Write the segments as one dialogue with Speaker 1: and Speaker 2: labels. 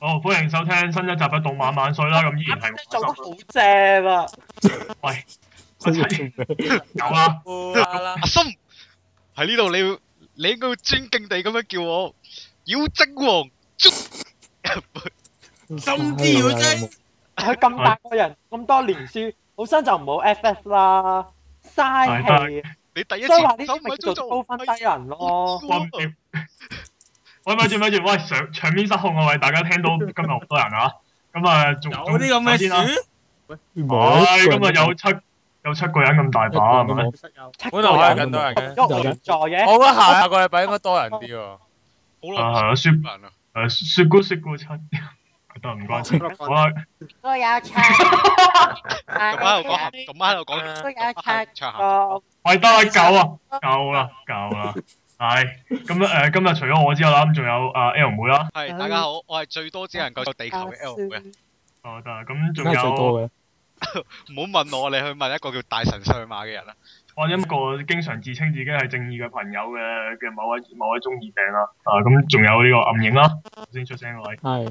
Speaker 1: 哦，歡迎收聽新一集嘅《動漫萬歲》啦！咁依然係
Speaker 2: 做得
Speaker 1: 我
Speaker 2: 好正啊！
Speaker 1: 阿七，有啊 啦，
Speaker 2: 好啦，
Speaker 3: 阿森喺呢度，你要你應該要尊敬地咁樣叫我妖精王捉。
Speaker 4: 心知妖精，
Speaker 2: 佢咁大個人，咁多年書，好心就唔好 FF 啦，嘥氣。
Speaker 3: 你第一次
Speaker 2: 所以話呢
Speaker 3: 手
Speaker 2: 啲
Speaker 3: 唔
Speaker 2: 咪
Speaker 3: 係
Speaker 2: 叫
Speaker 3: 做
Speaker 2: 做高分低人咯。
Speaker 1: 喂你喂，咪住咪住，喂，場場面失控啊！喂，大家聽 到今日好多人啊，咁啊，仲
Speaker 4: 有啲咁嘅
Speaker 1: 先啦，
Speaker 4: 事，
Speaker 1: 唉，今日有七有七個人咁大把，係咪？
Speaker 5: 本來係更多人嘅，
Speaker 2: 喐唔在嘅，
Speaker 5: 我覺得下下個禮拜應該多人啲喎。
Speaker 3: 好
Speaker 1: 啊，係
Speaker 3: 耐
Speaker 1: 啊，雪
Speaker 3: 冇人啊！
Speaker 1: 誒雪姑雪姑七， 得唔該，
Speaker 2: 哦
Speaker 1: 好啦，
Speaker 6: 都有七，
Speaker 3: 琴晚又講下，琴晚又講，
Speaker 6: 都有七
Speaker 3: 唱下。
Speaker 2: 啊
Speaker 1: 喂，得啦，夠啊，夠啦，夠啦，係，咁誒，今日除咗我之外啦，咁仲有阿 L 妹啦，
Speaker 3: 係大家好，我係最多只能夠地球嘅 L 嘅，
Speaker 1: 哦得啦，咁仲
Speaker 7: 梗係最
Speaker 1: 有。
Speaker 7: 多嘅。
Speaker 3: 唔好問我，你去問一個叫大神上馬嘅人啦。
Speaker 1: 我一個經常自稱自己係正義嘅朋友嘅嘅某位某位中二病啦，啊咁仲有呢個暗影啦，頭先出聲嗰位，
Speaker 7: 係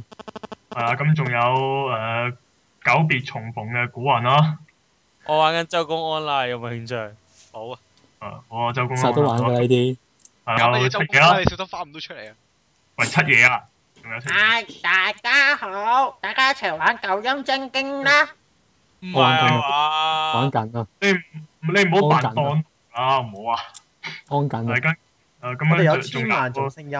Speaker 1: 係啊咁仲有誒、呃久別重逢嘅古人啦，
Speaker 5: 我玩緊周公安啦，有冇興趣？
Speaker 3: 好啊，
Speaker 1: 啊我周公啦
Speaker 7: 成日都玩㗎啦呢啲。
Speaker 1: 係
Speaker 3: 咁
Speaker 1: 啊
Speaker 3: 你
Speaker 1: 有
Speaker 3: 周
Speaker 1: 七
Speaker 3: 公
Speaker 1: 嘢
Speaker 3: 啦，
Speaker 1: 啦，
Speaker 3: 你小心翻唔到出嚟啊！
Speaker 1: 喂七嘢啊，仲有七嘢，
Speaker 6: 啊，大家好，大家一齊玩九陰真經啦。
Speaker 5: 唔
Speaker 7: 係
Speaker 5: 啊
Speaker 7: 玩緊啊，
Speaker 1: 你唔好扮
Speaker 7: 好緊
Speaker 1: 當啊唔好啊，
Speaker 7: 安緊
Speaker 1: 大
Speaker 7: 啊，
Speaker 1: 家誒
Speaker 2: 我哋
Speaker 1: 咁
Speaker 2: 有
Speaker 1: 樣
Speaker 2: 千
Speaker 1: 仲
Speaker 2: 萬種
Speaker 1: 有
Speaker 2: 聲音，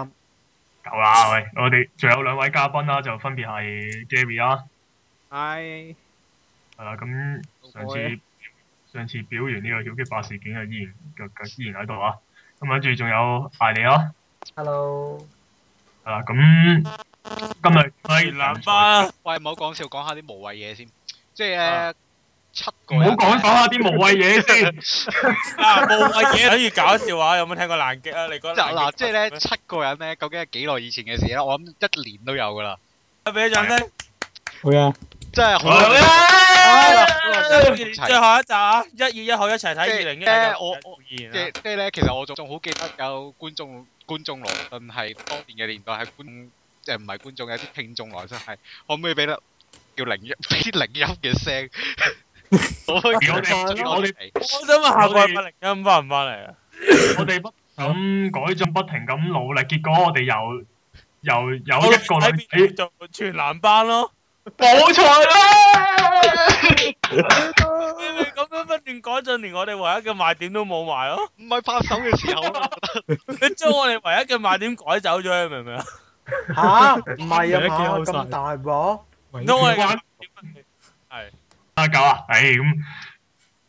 Speaker 1: 夠啦，喂我哋仲有兩位嘉賓啦，就分別係 Gary 啦，
Speaker 4: 係
Speaker 1: 係啦咁上次上次表完呢個曉擊八事件嘅依然嘅嘅依然喺度啊，咁跟住仲有艾利啦。
Speaker 4: ，hello，
Speaker 1: 係啦，咁今日係
Speaker 5: 南巴
Speaker 3: 喂，唔好講笑，講下啲無謂嘢先，即係
Speaker 1: 啊
Speaker 3: 誒七個
Speaker 1: 唔好
Speaker 3: 人。
Speaker 1: 講手下啲無謂嘢先。
Speaker 5: 啊，冇謂嘢等於搞笑話，有冇聽過爛劇啊？你講
Speaker 3: 就嗱，即係咧
Speaker 5: 咧，
Speaker 3: 七個人咧，究竟係幾耐以前嘅事咧？我諗一年都有噶啦，
Speaker 5: 俾掌聲。
Speaker 7: 好嘅，
Speaker 3: 真係好
Speaker 1: 好
Speaker 3: 耐。
Speaker 5: 跟住最後一集啊，一月一號一齊睇二零一
Speaker 3: 即係
Speaker 5: 九。
Speaker 3: 我我
Speaker 5: 即
Speaker 3: 即係即係咧，其實我仲仲好記得有觀眾觀眾來信係當年嘅年代係觀誒唔係觀眾有啲聽眾來信係可唔可以俾得叫零音俾啲零音嘅聲？可唔可以叫
Speaker 1: 我哋我哋
Speaker 3: 哋
Speaker 5: 我想問下個禮拜零一翻唔翻嚟啊？
Speaker 1: 我哋不咁改進，不停咁努力，結果我哋又又有一個
Speaker 5: 我喺
Speaker 1: 女
Speaker 5: 邊
Speaker 1: 仔
Speaker 5: 做全男班咯。
Speaker 1: 冇錯啦。
Speaker 5: 你咪咁樣不斷改進，連我哋唯一嘅賣點都冇埋咯。
Speaker 3: 唔係拍手嘅時候咯，
Speaker 5: 你將我哋唯一嘅賣點改走咗，你明唔明啊？
Speaker 2: 吓唔係啊嘛，
Speaker 7: 幾好
Speaker 2: 咁
Speaker 7: 晒
Speaker 2: 大鑊，
Speaker 5: 唔通我哋
Speaker 1: 關啊狗啊，唉咁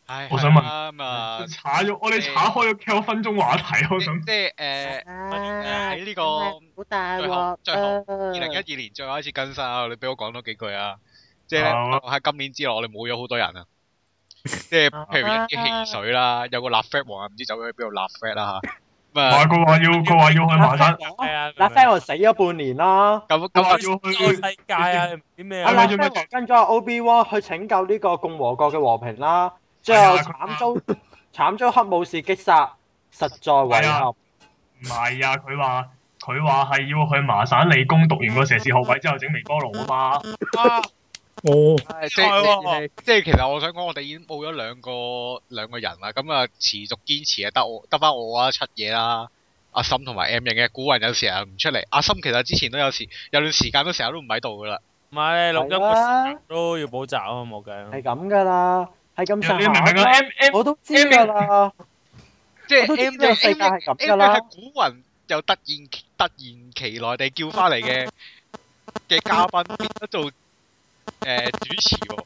Speaker 3: 唉，
Speaker 1: 我想問
Speaker 3: 咁啊，即
Speaker 1: 查咗我哋查開咗幾多分鐘話題，我
Speaker 3: 即
Speaker 1: 想
Speaker 3: 係誒
Speaker 6: À, 啊，
Speaker 3: 喺呢個
Speaker 6: 好大鑊，
Speaker 3: 最後二零一
Speaker 6: 誒
Speaker 3: 二年最後一次更新啊！你俾我講多幾句啊！即係咧，
Speaker 1: 好
Speaker 3: 喺今年之內，我哋冇咗好多人啊！即係譬如
Speaker 6: 啊
Speaker 3: 啲汽水啦，有個立 fat 王啊，唔知走咗去邊度立 fat 啦嚇。咁
Speaker 1: 話
Speaker 3: 啊，
Speaker 1: 佢話要佢話要去馬山，
Speaker 5: 係啊，
Speaker 2: 嗱 f r i e n 死咗半年啦，
Speaker 3: 咁
Speaker 1: 佢
Speaker 3: 咁
Speaker 1: 話
Speaker 3: 啊
Speaker 1: 要去
Speaker 5: 世界啊，你唔知咩
Speaker 2: 阿
Speaker 1: 係
Speaker 2: 嗱
Speaker 1: 咪
Speaker 5: 啊？
Speaker 1: 仲
Speaker 2: f r i e n 跟咗阿 Obi Wan 去拯救呢個共和國嘅和平啦，最後慘遭慘遭黑武士擊殺，實在遺憾。
Speaker 1: 唔係啊，佢話佢話係要去麻省理工讀完個碩士學位之後整微波爐啊嘛。
Speaker 7: 哦，
Speaker 3: 唉即
Speaker 5: 係
Speaker 3: 係
Speaker 5: 喎
Speaker 3: 即係其實我想講，我哋已經冇咗兩個兩個人啦。咁啊，持續堅持啊，得我得翻我啊出嘢啦。阿森同埋 M 型嘅古雲有時啊唔出嚟，阿森其實之前都有時有段時間都成日都唔喺度噶啦。
Speaker 5: 唔係錄音
Speaker 2: 係
Speaker 5: 嘅時
Speaker 2: 啦
Speaker 5: 候，都要補習啊，冇計。
Speaker 2: 係咁噶啦，係咁上
Speaker 1: 你明唔明啊
Speaker 2: 下。
Speaker 1: ？M M
Speaker 2: 我都知㗎啦，
Speaker 3: 即係
Speaker 2: 我都知
Speaker 3: M
Speaker 2: 呢個
Speaker 3: 嘅
Speaker 2: 世界係咁㗎
Speaker 3: M
Speaker 2: 啦
Speaker 3: 嘅係古雲又突然突然其來地叫翻嚟嘅嘅嘉賓變咗做誒主持喎，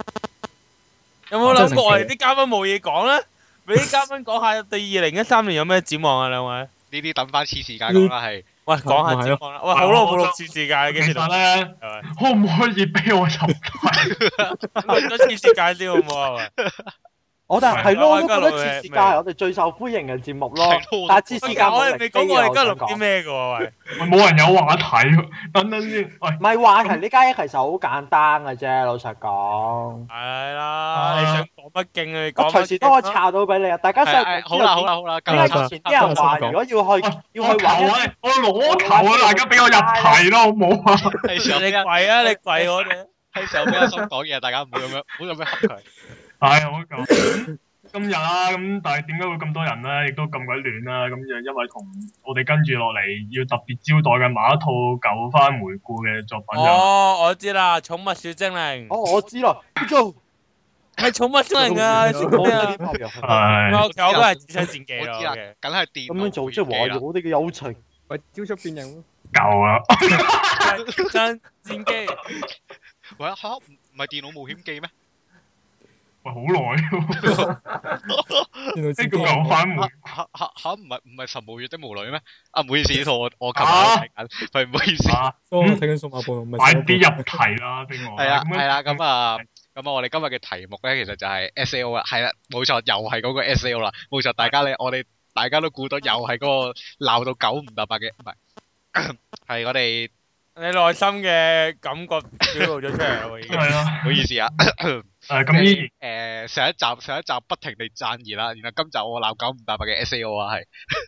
Speaker 5: 有冇諗過我哋啲嘉賓冇嘢講咧？俾啲嘉賓講下對二零一三年有咩展望啊？兩位，
Speaker 3: 呢啲等翻次時間講啦，係
Speaker 5: 喂，講下展望啦。喂，好耐冇錄次世界
Speaker 1: M，M，
Speaker 5: 嘅，
Speaker 1: 其
Speaker 5: 幾時
Speaker 1: 實
Speaker 5: 錄？
Speaker 1: 咧，
Speaker 5: 係咪
Speaker 1: 可唔可以俾我入題？
Speaker 5: 錄咗次世界先好唔好啊？喂
Speaker 2: 我哋係
Speaker 5: 我哋
Speaker 2: 咯，都覺
Speaker 5: 今日
Speaker 2: 得
Speaker 5: 錄嘅
Speaker 2: 設試界係我哋最受歡迎嘅節目咯
Speaker 3: 係咯。
Speaker 2: 但係設試
Speaker 5: 喂
Speaker 2: 界
Speaker 5: 我
Speaker 2: 冇
Speaker 5: 哋
Speaker 2: 力
Speaker 5: 未
Speaker 2: 機嘅
Speaker 5: 講過你今日
Speaker 2: 我想
Speaker 5: 錄啲
Speaker 2: 講
Speaker 5: 咩嘅喎？喂，
Speaker 1: 喂冇人有話題喎，等等先，喂
Speaker 2: 唔係話題呢家嘢其實好簡單嘅啫，老實講。
Speaker 5: 係啦，你想講乜勁啊？你講乜
Speaker 2: 我隨時都可以查到俾你啊！大家想
Speaker 3: 係係好啦好啦好啦，夠
Speaker 2: 因為
Speaker 3: 啦，
Speaker 2: 之
Speaker 3: 差
Speaker 2: 前 啲人話如果要去
Speaker 1: 喂，
Speaker 2: 要
Speaker 1: 我
Speaker 2: 去
Speaker 1: 求
Speaker 2: 玩一
Speaker 1: 啊，我攞球啊，大家俾我入題啦，好唔好啊？
Speaker 3: 係時候
Speaker 5: 你
Speaker 3: 俾阿
Speaker 5: 跪啊！你跪我哋。
Speaker 3: 係時候俾阿心講嘢，大家唔好咁樣，唔好咁樣恰佢。
Speaker 1: 唉，我咁今日啦，咁但係點解會咁多人咧？亦都咁鬼亂啦，咁就因為同我哋跟住落嚟要特別招待嘅某一套舊番回顧嘅作品就
Speaker 5: 哦，我知啦，寵物小精靈
Speaker 2: 哦，我知啦，做
Speaker 5: 係寵物精靈啊！你識
Speaker 2: 我
Speaker 5: 咩
Speaker 2: 嗰
Speaker 5: 啊
Speaker 2: 啲？拍入去，
Speaker 5: 我
Speaker 1: 係
Speaker 5: 啊我嗰個係自啊身戰記
Speaker 3: 我知啦
Speaker 5: 咯。
Speaker 3: 梗係電
Speaker 2: 咁樣做即係
Speaker 3: 話
Speaker 2: 話我哋嘅友情。
Speaker 1: 舊啦。
Speaker 5: 自身戰機
Speaker 3: 喂嚇，唔唔係電腦冒險記咩？
Speaker 1: 喂，好耐喎，
Speaker 7: 見到自
Speaker 1: 即係
Speaker 7: 己
Speaker 1: 個舊番回
Speaker 3: 嚇嚇嚇，唔係唔係神無月的無女咩？啊，唔好意思，呢套我我琴日
Speaker 1: 啊
Speaker 3: 睇緊，係唔好意思。
Speaker 1: 啊，
Speaker 7: 哦睇緊數碼暴龍，唔係
Speaker 1: 快
Speaker 7: 數碼暴龍
Speaker 1: 啲入題啦，俾我。
Speaker 3: 係啦，
Speaker 1: 咁樣
Speaker 3: 係啦，咁啊，咁啊，我哋今日嘅題目咧，其實就係 S A O 啦，係啦，冇錯，又係嗰個 S A O 啦，冇錯，大家咧，我哋大家都估到，又係嗰個鬧到九唔搭八嘅，唔 係，係我哋
Speaker 5: 你內心嘅感覺表露咗出嚟啊咯，已經。
Speaker 1: 係啦，
Speaker 3: 唔好意思啊，
Speaker 1: 誒咁依然
Speaker 3: 誒上一集上一集不停地讚言啦，然後今集我鬧九唔搭八嘅 S A O 啊，係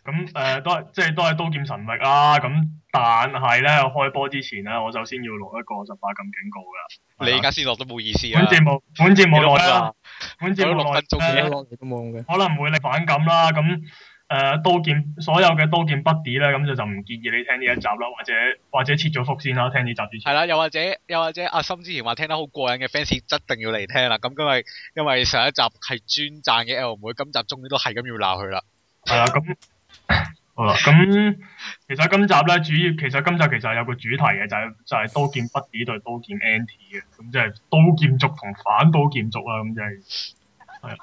Speaker 1: 咁誒都係即係都係刀劍神域啦。咁但係咧，我開波之前咧，我首先要錄一個十八禁警告㗎。
Speaker 3: 你而家先落都冇意思
Speaker 1: 本
Speaker 3: 啊，
Speaker 1: 節目本節目
Speaker 3: 你錄
Speaker 1: 內
Speaker 3: 啦
Speaker 1: 啦，本節目
Speaker 3: 我都錄得中
Speaker 1: 內
Speaker 7: 係
Speaker 1: 咧
Speaker 7: 啊落嚟都冇用嘅。
Speaker 1: 可能會令反感啦。咁誒、呃刀劍所有嘅刀劍筆啲咧，咁就就唔建議你聽呢一集啦，或者或者切咗幅先啦，聽呢集之前。
Speaker 3: 係啦，又或者又或者阿森之前話聽得好過癮嘅 fans 一定要嚟聽啦，咁因為因為上一集係專讚嘅 L 妹，今集終於都係咁要鬧佢啦。
Speaker 1: 係啦，咁 好啦，咁其實今集咧主要其實今集其實有個主題嘅，就係、就係、刀劍筆啲對刀劍 anti 嘅，咁即係刀劍族同反刀劍族啦，咁即係係。啊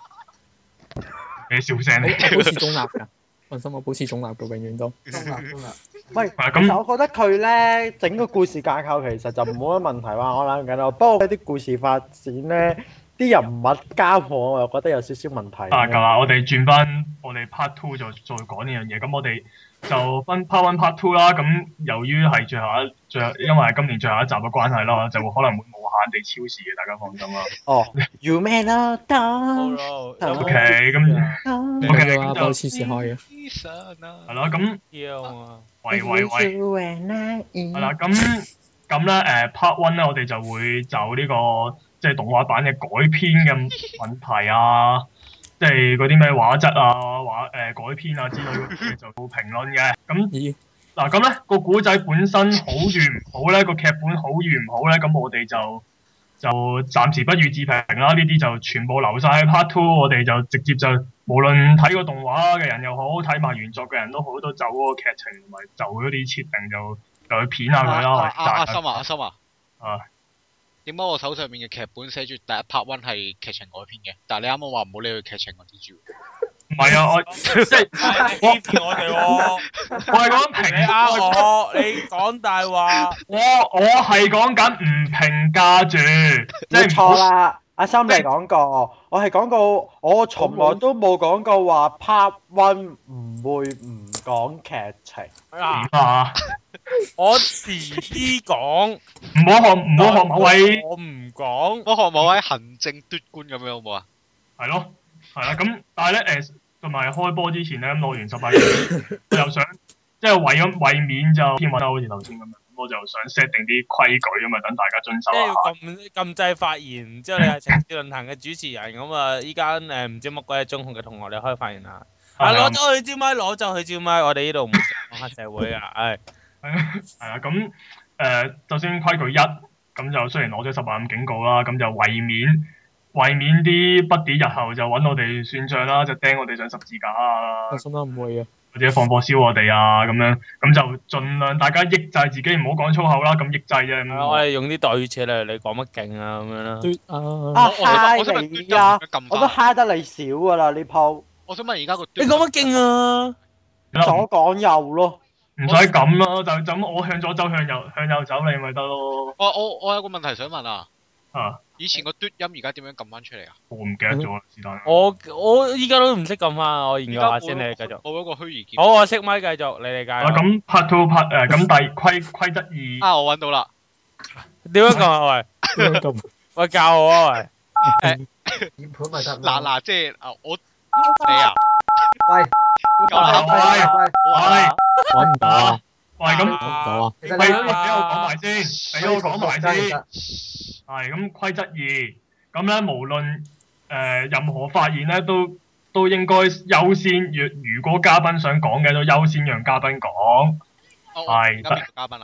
Speaker 1: 你笑聲嚟，
Speaker 7: 保持中立㗎，放心，我保持中立嘅，永遠都。
Speaker 2: 唔係，
Speaker 1: 係啊
Speaker 2: 其
Speaker 1: 咁
Speaker 2: 實我覺得佢咧整個故事架構其實就冇乜問題話我諗緊咯。不過佢啲故事發展咧，啲人物交互我又覺得有少少問題。
Speaker 1: 啊夠啦！我哋轉翻我哋 part two 就再講呢樣嘢。咁我哋就分 part one、part two 啦。咁由於係最後一最後，因為係今年最後一集嘅關係啦，就會可能會無限地超時嘅，大家放心啦。
Speaker 2: 哦，You man 啦，
Speaker 5: 好
Speaker 2: 得
Speaker 5: 咯，
Speaker 1: O
Speaker 2: 哦
Speaker 5: 有
Speaker 1: K，
Speaker 5: 冇
Speaker 1: 咁
Speaker 6: 啊
Speaker 7: 你
Speaker 2: 得。
Speaker 1: OK，
Speaker 7: 嘅話，
Speaker 1: 咁就
Speaker 7: 保持時開嘅。
Speaker 1: 係啦，咁
Speaker 5: 叫啊？
Speaker 1: 喂喂喂，係
Speaker 6: 係
Speaker 1: 啦，咁咁咧誒呃 part one 咧，我哋就會就呢、個即係動畫版嘅改編嘅問題啊，即係嗰啲咩畫質啊、畫誒、改編啊之類嗰啲嘢就做評論嘅。咁
Speaker 7: 咦？
Speaker 1: 嗱咁咧個古仔本身好與唔好咧，個劇本好與唔好咧，咁我哋就就暫時不予置評啦。呢啲就全部留晒喺 part two，我哋就直接就無論睇個動畫嘅人又好，睇埋原作嘅人都好，都就嗰個劇情同埋就嗰啲設定就就去片下佢啦，
Speaker 3: 啊
Speaker 1: 或者
Speaker 3: 啊
Speaker 1: 讚
Speaker 3: 阿
Speaker 1: 下
Speaker 3: 森啊，阿森啊，
Speaker 1: 啊
Speaker 3: 點解我手上面嘅劇本寫住第一 part one 係劇情改編嘅？但係你啱啱話唔好理佢劇情嗰啲住。
Speaker 1: 唔係啊，我即係
Speaker 5: 你欺騙我哋喎！
Speaker 1: 我係講
Speaker 5: 你
Speaker 1: 評
Speaker 5: 呃我，你講大話。
Speaker 1: 我我係講緊唔評價住，即
Speaker 2: 冇
Speaker 1: 係唔好
Speaker 2: 錯啦，阿三你講過，我係講過，我從來都冇講過話 Part One 唔會唔講劇情。
Speaker 5: 嗱，
Speaker 1: 點啊！
Speaker 5: 我遲啲講，
Speaker 1: 唔好學唔好學某位。
Speaker 5: 我唔講。
Speaker 3: 我學某位行政奪官咁樣好冇啊？
Speaker 1: 係咯，係啦。咁但係咧誒，同埋開波之前咧，咁落完十八禁，我又想即係為咗為免就天文啦，好似頭先咁樣，咁我就想 set 定啲規矩咁啊，等大家遵 守
Speaker 5: 即係要
Speaker 1: 下。
Speaker 5: 禁禁制發言，然之後你係城市論壇嘅主持人咁啊！依家誒唔知乜鬼中學嘅同學，你可以發言啦。啊，攞走佢支咪，攞走佢支咪，我哋呢度唔講黑社會啊！唉，
Speaker 1: 係啦，咁誒、呃首先規矩一，咁就雖然攞咗十萬警告啦，咁就為免為免啲筆點日後就揾我哋算賬啦，就釘我哋上十字架 啊
Speaker 7: 放，心啦，唔會嘅。
Speaker 1: 或者放火燒我哋啊咁樣，咁就盡量大家抑制自己唔好講粗口啦，咁抑制啫。咁
Speaker 5: 啊我哋用啲代語詞嚟你講乜勁啊咁樣啦。
Speaker 7: 對啊，
Speaker 2: 啊
Speaker 3: 我我想我
Speaker 2: 嗨
Speaker 3: 想問端
Speaker 2: 你啊
Speaker 3: 就唔敢
Speaker 2: 我都
Speaker 3: 撳翻。
Speaker 2: 嗨得你少㗎啦呢鋪，
Speaker 3: 我想問而家個
Speaker 5: 你
Speaker 3: 端
Speaker 5: 講乜勁啊？
Speaker 1: 係啦
Speaker 2: 左講右咯。
Speaker 1: 唔使咁咯，就就咁我向左走，向右向右走，你咪得咯。
Speaker 3: 我我我有個問題想問啊，
Speaker 1: 係啊，
Speaker 3: 以前個嘟音而家點樣撳翻出嚟啊？
Speaker 1: 我唔記得咗啦，是但啦。
Speaker 5: 我我依家都唔識撳翻啊，我研
Speaker 3: 而
Speaker 5: 究
Speaker 3: 家
Speaker 5: 下
Speaker 3: 冇
Speaker 5: 先，你哋繼續。
Speaker 3: 冇一個虛擬鍵。
Speaker 5: 好，我熄咪繼續，你哋繼
Speaker 1: 啊
Speaker 5: 續。
Speaker 1: 咁拍套拍誒咁第規規則二
Speaker 3: 啊，我揾到啦，
Speaker 5: 點樣撳啊？喂
Speaker 7: 點解咁
Speaker 5: 喂，教我啊！喂，
Speaker 4: 鍵盤咪得咯
Speaker 3: 嗱，嗱，即係啊，我你啊，
Speaker 4: 喂，
Speaker 3: 夠啦，
Speaker 4: 喂，喂，
Speaker 3: 我話啦
Speaker 7: 揾唔到啊？
Speaker 1: 喂咁。
Speaker 7: 揾唔到啊？啊
Speaker 4: 其
Speaker 1: 喂，
Speaker 4: 實
Speaker 1: 俾
Speaker 4: 你
Speaker 1: 我
Speaker 4: 可以
Speaker 1: 講埋先，俾我講埋先。係咁規則二，咁咧無論誒、呃任何發言咧，都都應該優先。若如果嘉賓想講嘅，都優先讓嘉賓講。
Speaker 3: 我我
Speaker 1: 係
Speaker 3: 而家邊個嘉賓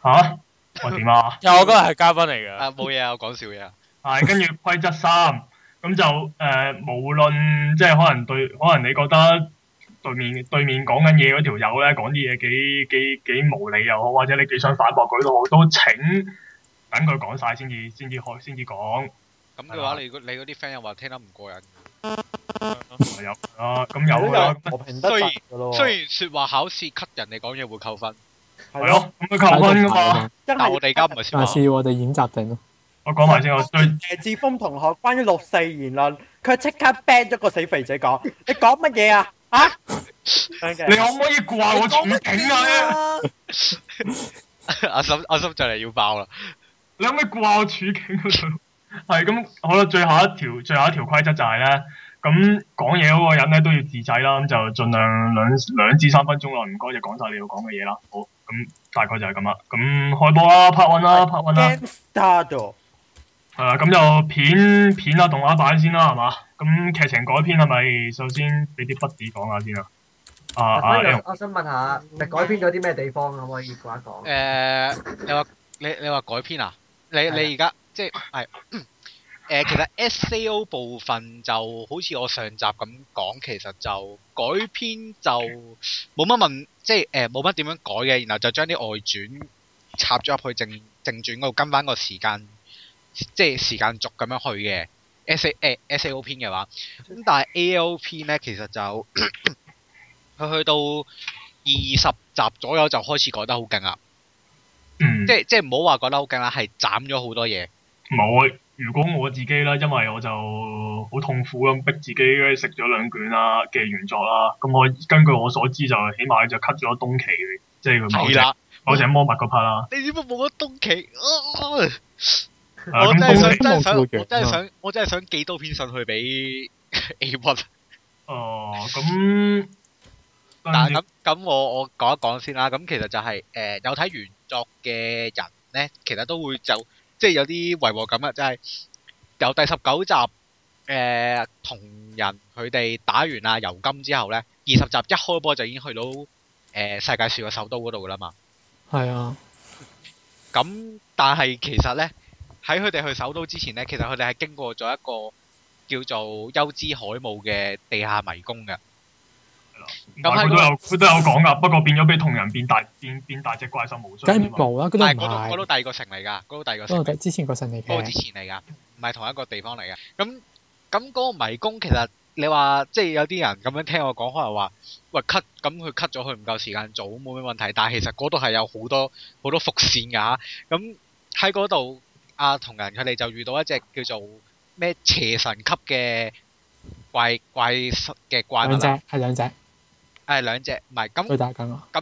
Speaker 3: 啊？
Speaker 1: 嚇、我點啊？
Speaker 5: 又我今日係嘉賓嚟嘅。
Speaker 3: 啊，冇嘢啊，我講笑嘢啊。
Speaker 1: 係跟住規則三，咁就誒、呃、無論即係可能對，可能你覺得對面對面講緊嘢嗰條友咧講啲嘢幾幾幾無理又好，或者你幾想反駁佢都好，都請等佢講晒先至先至開先至講。
Speaker 3: 咁嘅話，你嗰你嗰啲 friend 又話聽得唔過癮。
Speaker 1: 有啊，咁有啦。
Speaker 2: 和平得滯噶咯喎，
Speaker 3: 雖然説話考試 cut 人哋講嘢會扣分，
Speaker 1: 係
Speaker 2: 係咯，
Speaker 1: 咯，咁佢扣分噶
Speaker 7: 睇到
Speaker 1: 嘛。
Speaker 7: 牌
Speaker 2: 真
Speaker 3: 但我哋而家唔
Speaker 7: 下
Speaker 3: 係小學
Speaker 7: 次我哋演習定咯。
Speaker 1: 我講埋先，我最
Speaker 2: 謝志峰同學關於六四言論，佢即刻 ban 咗個死肥仔 講：你講乜嘢啊？啊！
Speaker 1: 你
Speaker 2: 你
Speaker 1: 可唔可以掛我全景啊？
Speaker 3: 阿心阿心就嚟要爆啦。
Speaker 1: 你可唔可以掛我處境嗰度？係咁，好啦，最後一條最後一條規則就係咧，咁講嘢嗰個人咧都要自制啦，咁就盡量兩兩至三分鐘內唔該就講晒你要講嘅嘢啦。好，咁大概就係咁啦。咁開波啦，part one 啦，part one 啦。
Speaker 2: Gangster 度
Speaker 1: 係啦，咁就片片啊動畫版先啦，係嘛？咁劇情改編係咪首先俾啲筆子講下先啊？啊啊
Speaker 4: 我想-
Speaker 1: L
Speaker 4: 我想問下，你改編咗啲咩地方，可唔可以講一講？
Speaker 3: 誒，你話你你話改編啊？你你而家即係係嗯誒，其實 SAO 部分就好似我上集咁講，其實就改編就冇乜問，即係誒冇乜點樣改嘅，然後就將啲外傳插咗入去正正傳嗰度，跟翻個時間，即係時間軸咁樣去嘅。S A 誒 S A O 篇嘅話，咁但係 A L 篇咧，其實就 佢去到二十集左右就開始改得好勁啊啦。
Speaker 1: 嗯
Speaker 3: 即。係即係唔好話覺得好勁啦，係斬咗好多嘢。
Speaker 1: 冇，如果我自己啦，因為我就好痛苦咁逼自己食咗兩卷啦嘅原作啦，咁我根據我所知就起碼就 cut 咗東期，即係佢某
Speaker 3: 係
Speaker 1: 隻
Speaker 3: 啦，
Speaker 1: 某隻魔物嗰 part 啦。
Speaker 3: 你點解冇咗東奇？啊
Speaker 1: 係啦
Speaker 3: 我
Speaker 1: 啊咁
Speaker 3: 真係想，
Speaker 1: 東期
Speaker 3: 真係想，
Speaker 7: 都
Speaker 3: 我
Speaker 7: 冇顧忌
Speaker 3: 真係想，我真係想寄多篇信去俾 A One。
Speaker 1: 哦咁，啊
Speaker 3: 嗱咁咁，我我講一講先啦。咁其實就係、誒、有睇原作嘅人咧，其實都會就即係有啲違和感啊，就係、由第十九集誒、呃同人佢哋打完啊尤金之後咧，二十集一開波就已經去到誒、世界樹嘅首都嗰度噶啦嘛。
Speaker 7: 係啊，
Speaker 3: 咁但係其實呢，喺佢哋去首都之前呢，其實佢哋係經過咗一個叫做幽之海姆嘅地下迷宮嘅。
Speaker 1: 咁佢都有佢都有講噶，不過變咗俾同人變大變變大隻怪獸無
Speaker 7: 梗
Speaker 1: 雙
Speaker 7: 係
Speaker 1: 啫嘛。
Speaker 7: 冇啦，嗰度
Speaker 3: 但係
Speaker 7: 唔
Speaker 3: 嗰度嗰度
Speaker 7: 係，
Speaker 3: 第二個城嚟㗎，嗰度第二個城
Speaker 7: 嗰
Speaker 3: 嚟
Speaker 7: 度之前嗰陣嚟
Speaker 3: 嗰個之
Speaker 7: 嘅。
Speaker 3: 前嚟㗎，唔係同一個地方嚟嘅。咁咁嗰個迷宮其實你話即係有啲人咁樣聽我講，可能話喂 cut，咁佢 cut 咗佢唔夠時間做冇咩問題，但係其實嗰度係有好多好多伏線㗎吓咁喺嗰度阿同人佢哋就遇到一隻叫做咩邪神級嘅怪怪獸嘅怪物
Speaker 7: 兩隻
Speaker 3: 啦，
Speaker 7: 係兩隻
Speaker 3: 誒兩隻唔係
Speaker 7: 對
Speaker 3: 咁
Speaker 7: 打緊啊！
Speaker 3: 咁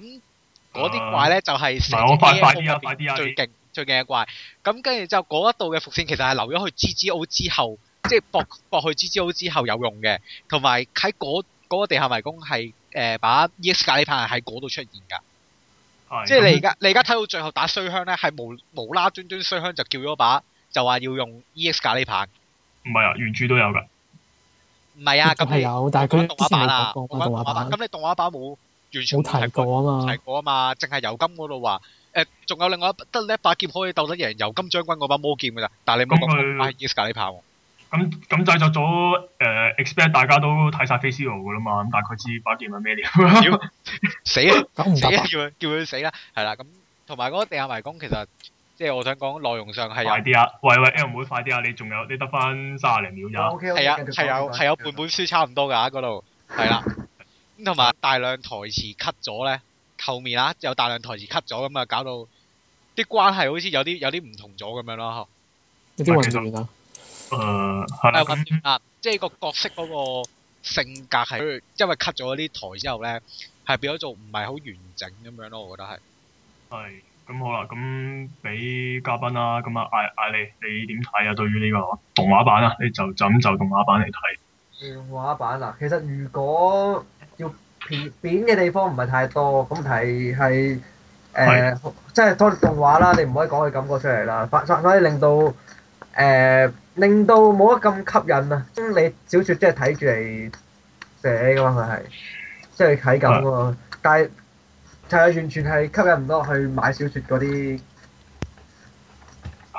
Speaker 3: 嗰啲怪咧就係成
Speaker 1: 啊唔係我快
Speaker 3: 隻
Speaker 1: 快啲啊
Speaker 3: AFO
Speaker 1: 快啲啊
Speaker 3: 最
Speaker 1: 你
Speaker 3: 勁最勁嘅怪。咁跟住之後嗰一度嘅伏線其實係留咗去 GGO 之後，即係 駁駁去 GGO 之後有用嘅，同埋喺嗰嗰個地下迷宮係誒把 EX 咖喱棒係喺嗰度出現㗎。
Speaker 1: 係
Speaker 3: 即係你而家你而家睇到最後打衰香咧，係無無啦端端衰香就叫咗把就話要用 EX 咖喱棒。
Speaker 1: 唔係啊，原著都有噶。
Speaker 3: 唔係啊，咁
Speaker 7: 係
Speaker 3: 你
Speaker 7: 有，但係
Speaker 3: 講
Speaker 7: 佢
Speaker 3: 動
Speaker 7: 之
Speaker 3: 畫
Speaker 7: 前
Speaker 3: 版
Speaker 7: 有
Speaker 3: 啊，
Speaker 7: 講過動
Speaker 3: 講
Speaker 7: 畫
Speaker 3: 動畫
Speaker 7: 版
Speaker 3: 版，咁你動畫版冇完全
Speaker 7: 冇提
Speaker 3: 過
Speaker 7: 過啊嘛
Speaker 3: 提。過啊嘛，淨係油金嗰度話，誒、仲有另外一得呢一把劍可以鬥得贏油金將軍嗰把魔劍㗎咋，但係你冇
Speaker 1: 咁佢
Speaker 3: 講翻 Yes 咖喱炮喎。
Speaker 1: 咁咁製作咗誒 expect 大家都睇晒 Face Zero 噶啦嘛，咁大概知把劍係咩料。
Speaker 3: 屌死啦
Speaker 7: 九唔
Speaker 3: 死
Speaker 7: 搭
Speaker 3: 啦，
Speaker 7: 八，
Speaker 3: 叫佢叫佢死啦，係啦，咁同埋嗰個地下迷宮其實即係我想講內容上係有
Speaker 1: 快啲啊！喂喂，L 妹快啲啊！你仲有你得翻卅零秒咋？
Speaker 4: OK，OK，
Speaker 3: 係啊，
Speaker 4: 繼續講，
Speaker 3: 係有
Speaker 4: 繼續講。
Speaker 3: 係有半本書差唔多㗎嗰度，係啦。咁同埋大量台詞 cut 咗咧，後面啦有大量台詞 cut 咗咁啊，搞到啲關係好似有啲有啲唔同咗咁樣咯。
Speaker 7: 有啲混 亂啊。
Speaker 1: 誒係啦
Speaker 3: 誒
Speaker 1: 咁
Speaker 3: 混亂啦，即係個角色嗰個性格係佢因為 cut 咗啲台之後咧，係變咗做唔係好完整咁樣咯，我覺得係。
Speaker 1: 係咁好啦，咁俾嘉賓啦，咁啊嗌嗌你，你點睇啊？對於呢個動畫版啊，你就就咁就動畫版嚟睇，
Speaker 4: 動畫版啊，其實如果要片片嘅地方唔係太多，咁係係誒，即係多啲動畫啦，你唔可以講佢感覺出嚟啦，反反反而令到誒、令到冇得咁吸引啊！咁你小説即係睇住嚟寫噶嘛，佢係即係睇咁喎，但係就係完全係吸引唔到我去買小説嗰啲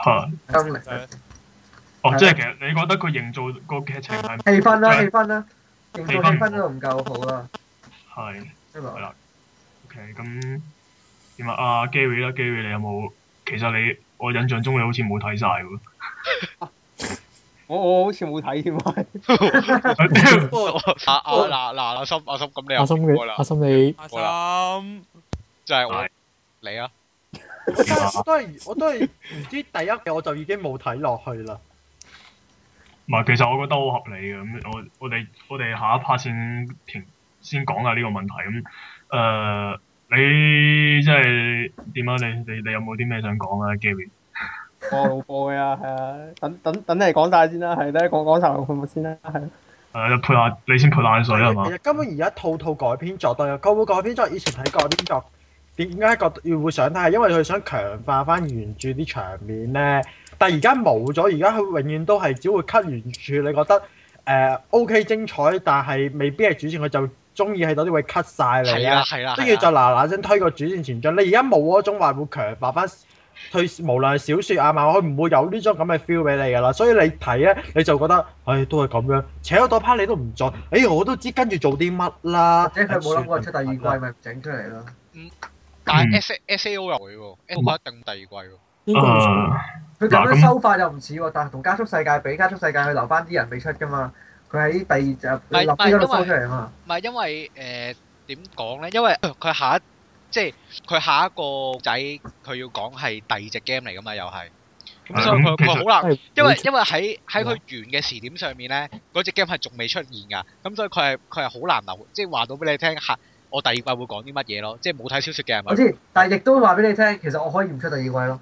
Speaker 1: 嚇
Speaker 4: 能力
Speaker 1: 哦，即係其實你覺得佢營造個劇情係
Speaker 4: 氣氛啦，
Speaker 1: 係
Speaker 4: 氣氛啦，營造氣氛都唔夠好啦，
Speaker 1: 係
Speaker 4: 一來。
Speaker 1: 係啦，OK，咁點啊？阿 Gary 啦，Gary 你有冇？其實你我印象中你好似冇睇晒喎。
Speaker 8: 我我好似冇睇添啊，
Speaker 3: 啊啊嗱嗱阿心阿心，咁你又
Speaker 7: 阿心
Speaker 3: 唔過
Speaker 7: 嘅啊
Speaker 3: 啦
Speaker 7: 阿，心你
Speaker 5: 阿
Speaker 3: 好啦
Speaker 5: 心，
Speaker 3: 就係我你啊，
Speaker 2: 我都係我都係我都係唔知第一嘅我就已經冇睇落去啦。
Speaker 1: 唔係，其實我覺得好合理嘅。咁我我哋我哋下一 part 先評先講下呢個問題。咁誒、呃你即係點啊？你你你有冇啲咩想講啊？Gary，
Speaker 8: 我老播嘅啊，係啊，等等等你講晒先啦，係咧講講晒落去先啦，係。
Speaker 1: 誒、潑下啊你先潑冷水啊係嘛
Speaker 2: 啊其？實根本而家套套改編作都有，個個改編作以前睇改編作，點解個要會想睇？係因為佢想強化翻原著啲場面咧。但係而家冇咗，而家佢永遠都係只會 cut 原著。你覺得誒、OK 精彩，但係未必係主線，佢就中意喺度啲位 cut 晒你
Speaker 3: 係
Speaker 2: 啦
Speaker 3: 啊。係啦，
Speaker 2: 跟住就
Speaker 3: 係啊
Speaker 2: 嗱嗱聲推個主線前進。你而家冇嗰種話會強化翻推，無論係小説啊漫畫，佢唔會有呢種咁嘅 feel 俾你噶啦。所以你睇咧，你就覺得，唉，都係咁樣，扯咗多 part 你都唔做，唉，我都知跟住做啲乜啦。
Speaker 4: 或者佢冇諗過出第二季，咪唔整出嚟咯。
Speaker 3: 但
Speaker 1: 嗯
Speaker 3: 係 S S A O 又會喎，S O 一定第二季喎。
Speaker 7: 應該唔錯
Speaker 3: 啊
Speaker 1: 誒
Speaker 4: 佢
Speaker 1: 嗱
Speaker 4: 咁
Speaker 1: 咁
Speaker 4: 樣收法又唔似喎，但係同加速世界比，加速世界佢留翻啲人未出噶嘛，佢喺第二集
Speaker 3: 係
Speaker 4: 立呢嗰度收出嚟啊嘛。
Speaker 3: 唔係因為誒點講咧？因為佢下一即係佢下一個仔，佢要講係第二隻 game 嚟噶嘛，又係。咁所以佢
Speaker 1: 嗯其實
Speaker 3: 佢好難，
Speaker 7: 係
Speaker 3: 因為
Speaker 7: 冇錯
Speaker 3: 因為喺喺佢完嘅時點上面咧，嗰只 game 係仲未出現㗎，咁所以佢係佢係好難留，即係話到俾你聽下我第二季會講啲乜嘢咯，即係冇睇小説嘅人
Speaker 4: 我
Speaker 3: 咪。
Speaker 4: 知，但係亦都話俾你聽，其實我可以唔出第二季咯。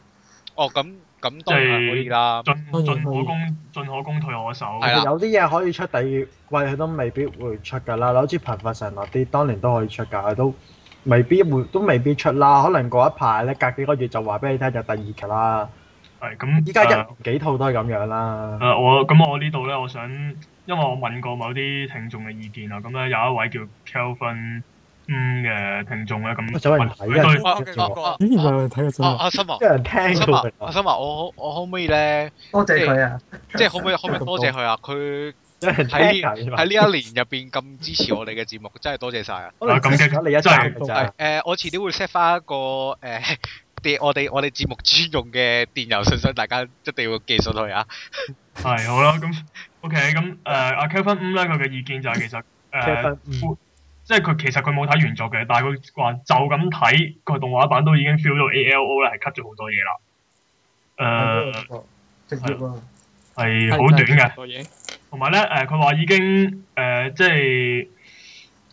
Speaker 3: 哦，咁咁當然係可以啦。
Speaker 1: 進進可攻進可攻退可守。
Speaker 3: 係啦
Speaker 2: 有啲嘢可以出第二季，佢都未必會出㗎啦。好似貧乏神落啲，當年都可以出㗎，佢都未必會，都未必出啦。可能過一排咧，隔幾個月就話俾你聽有第二㗎啦。
Speaker 1: 係咁。呃
Speaker 2: 依家一
Speaker 1: 誒
Speaker 2: 年幾套都係咁樣啦
Speaker 1: 誒、。呃我咁我呢度咧，我想因為我問過某啲聽眾嘅意見啊，咁咧有一位叫 Kelvin 嗯嘅聽眾咧，咁
Speaker 2: 我想有人
Speaker 1: 佢
Speaker 2: 睇啊
Speaker 1: 對
Speaker 5: 哦
Speaker 3: 哦哦
Speaker 7: 咦，原來有人睇嘅真係。
Speaker 3: 哦，阿森啊
Speaker 2: 有，人聽
Speaker 3: 阿
Speaker 2: 㗎
Speaker 3: 森啊
Speaker 2: 喎，
Speaker 3: 阿森啊，我可我可唔可以咧？
Speaker 4: 多謝佢啊！
Speaker 3: 即係可唔可以可唔可以多謝佢啊？佢
Speaker 2: 有人聽
Speaker 3: 喺
Speaker 2: 㗎原來
Speaker 3: 喺呢一年入邊咁支持我哋嘅節目，真係多謝晒啊！
Speaker 2: 可能
Speaker 1: 啊咁
Speaker 2: 支持咗你一站㗎
Speaker 7: 真
Speaker 2: 咋
Speaker 3: 係。啊誒，我遲啲會 set 翻一個誒電，我哋我哋節目專用嘅電郵信箱，大家一定要寄信去啊！
Speaker 1: 係好啦，咁 OK，咁誒呃阿 Kelvin 五咧，佢嘅意見就係其實誒、呃
Speaker 2: Kevin，
Speaker 1: 呼即係佢其實佢冇睇原作嘅，但係佢話就咁睇個動畫版都已經 feel 到 ALO 咧係 cut 咗好多嘢啦。誒、
Speaker 4: 哦直接喎，
Speaker 1: 係好短嘅，
Speaker 7: 嘅。
Speaker 1: 同埋咧呃誒，佢、話已經誒、即係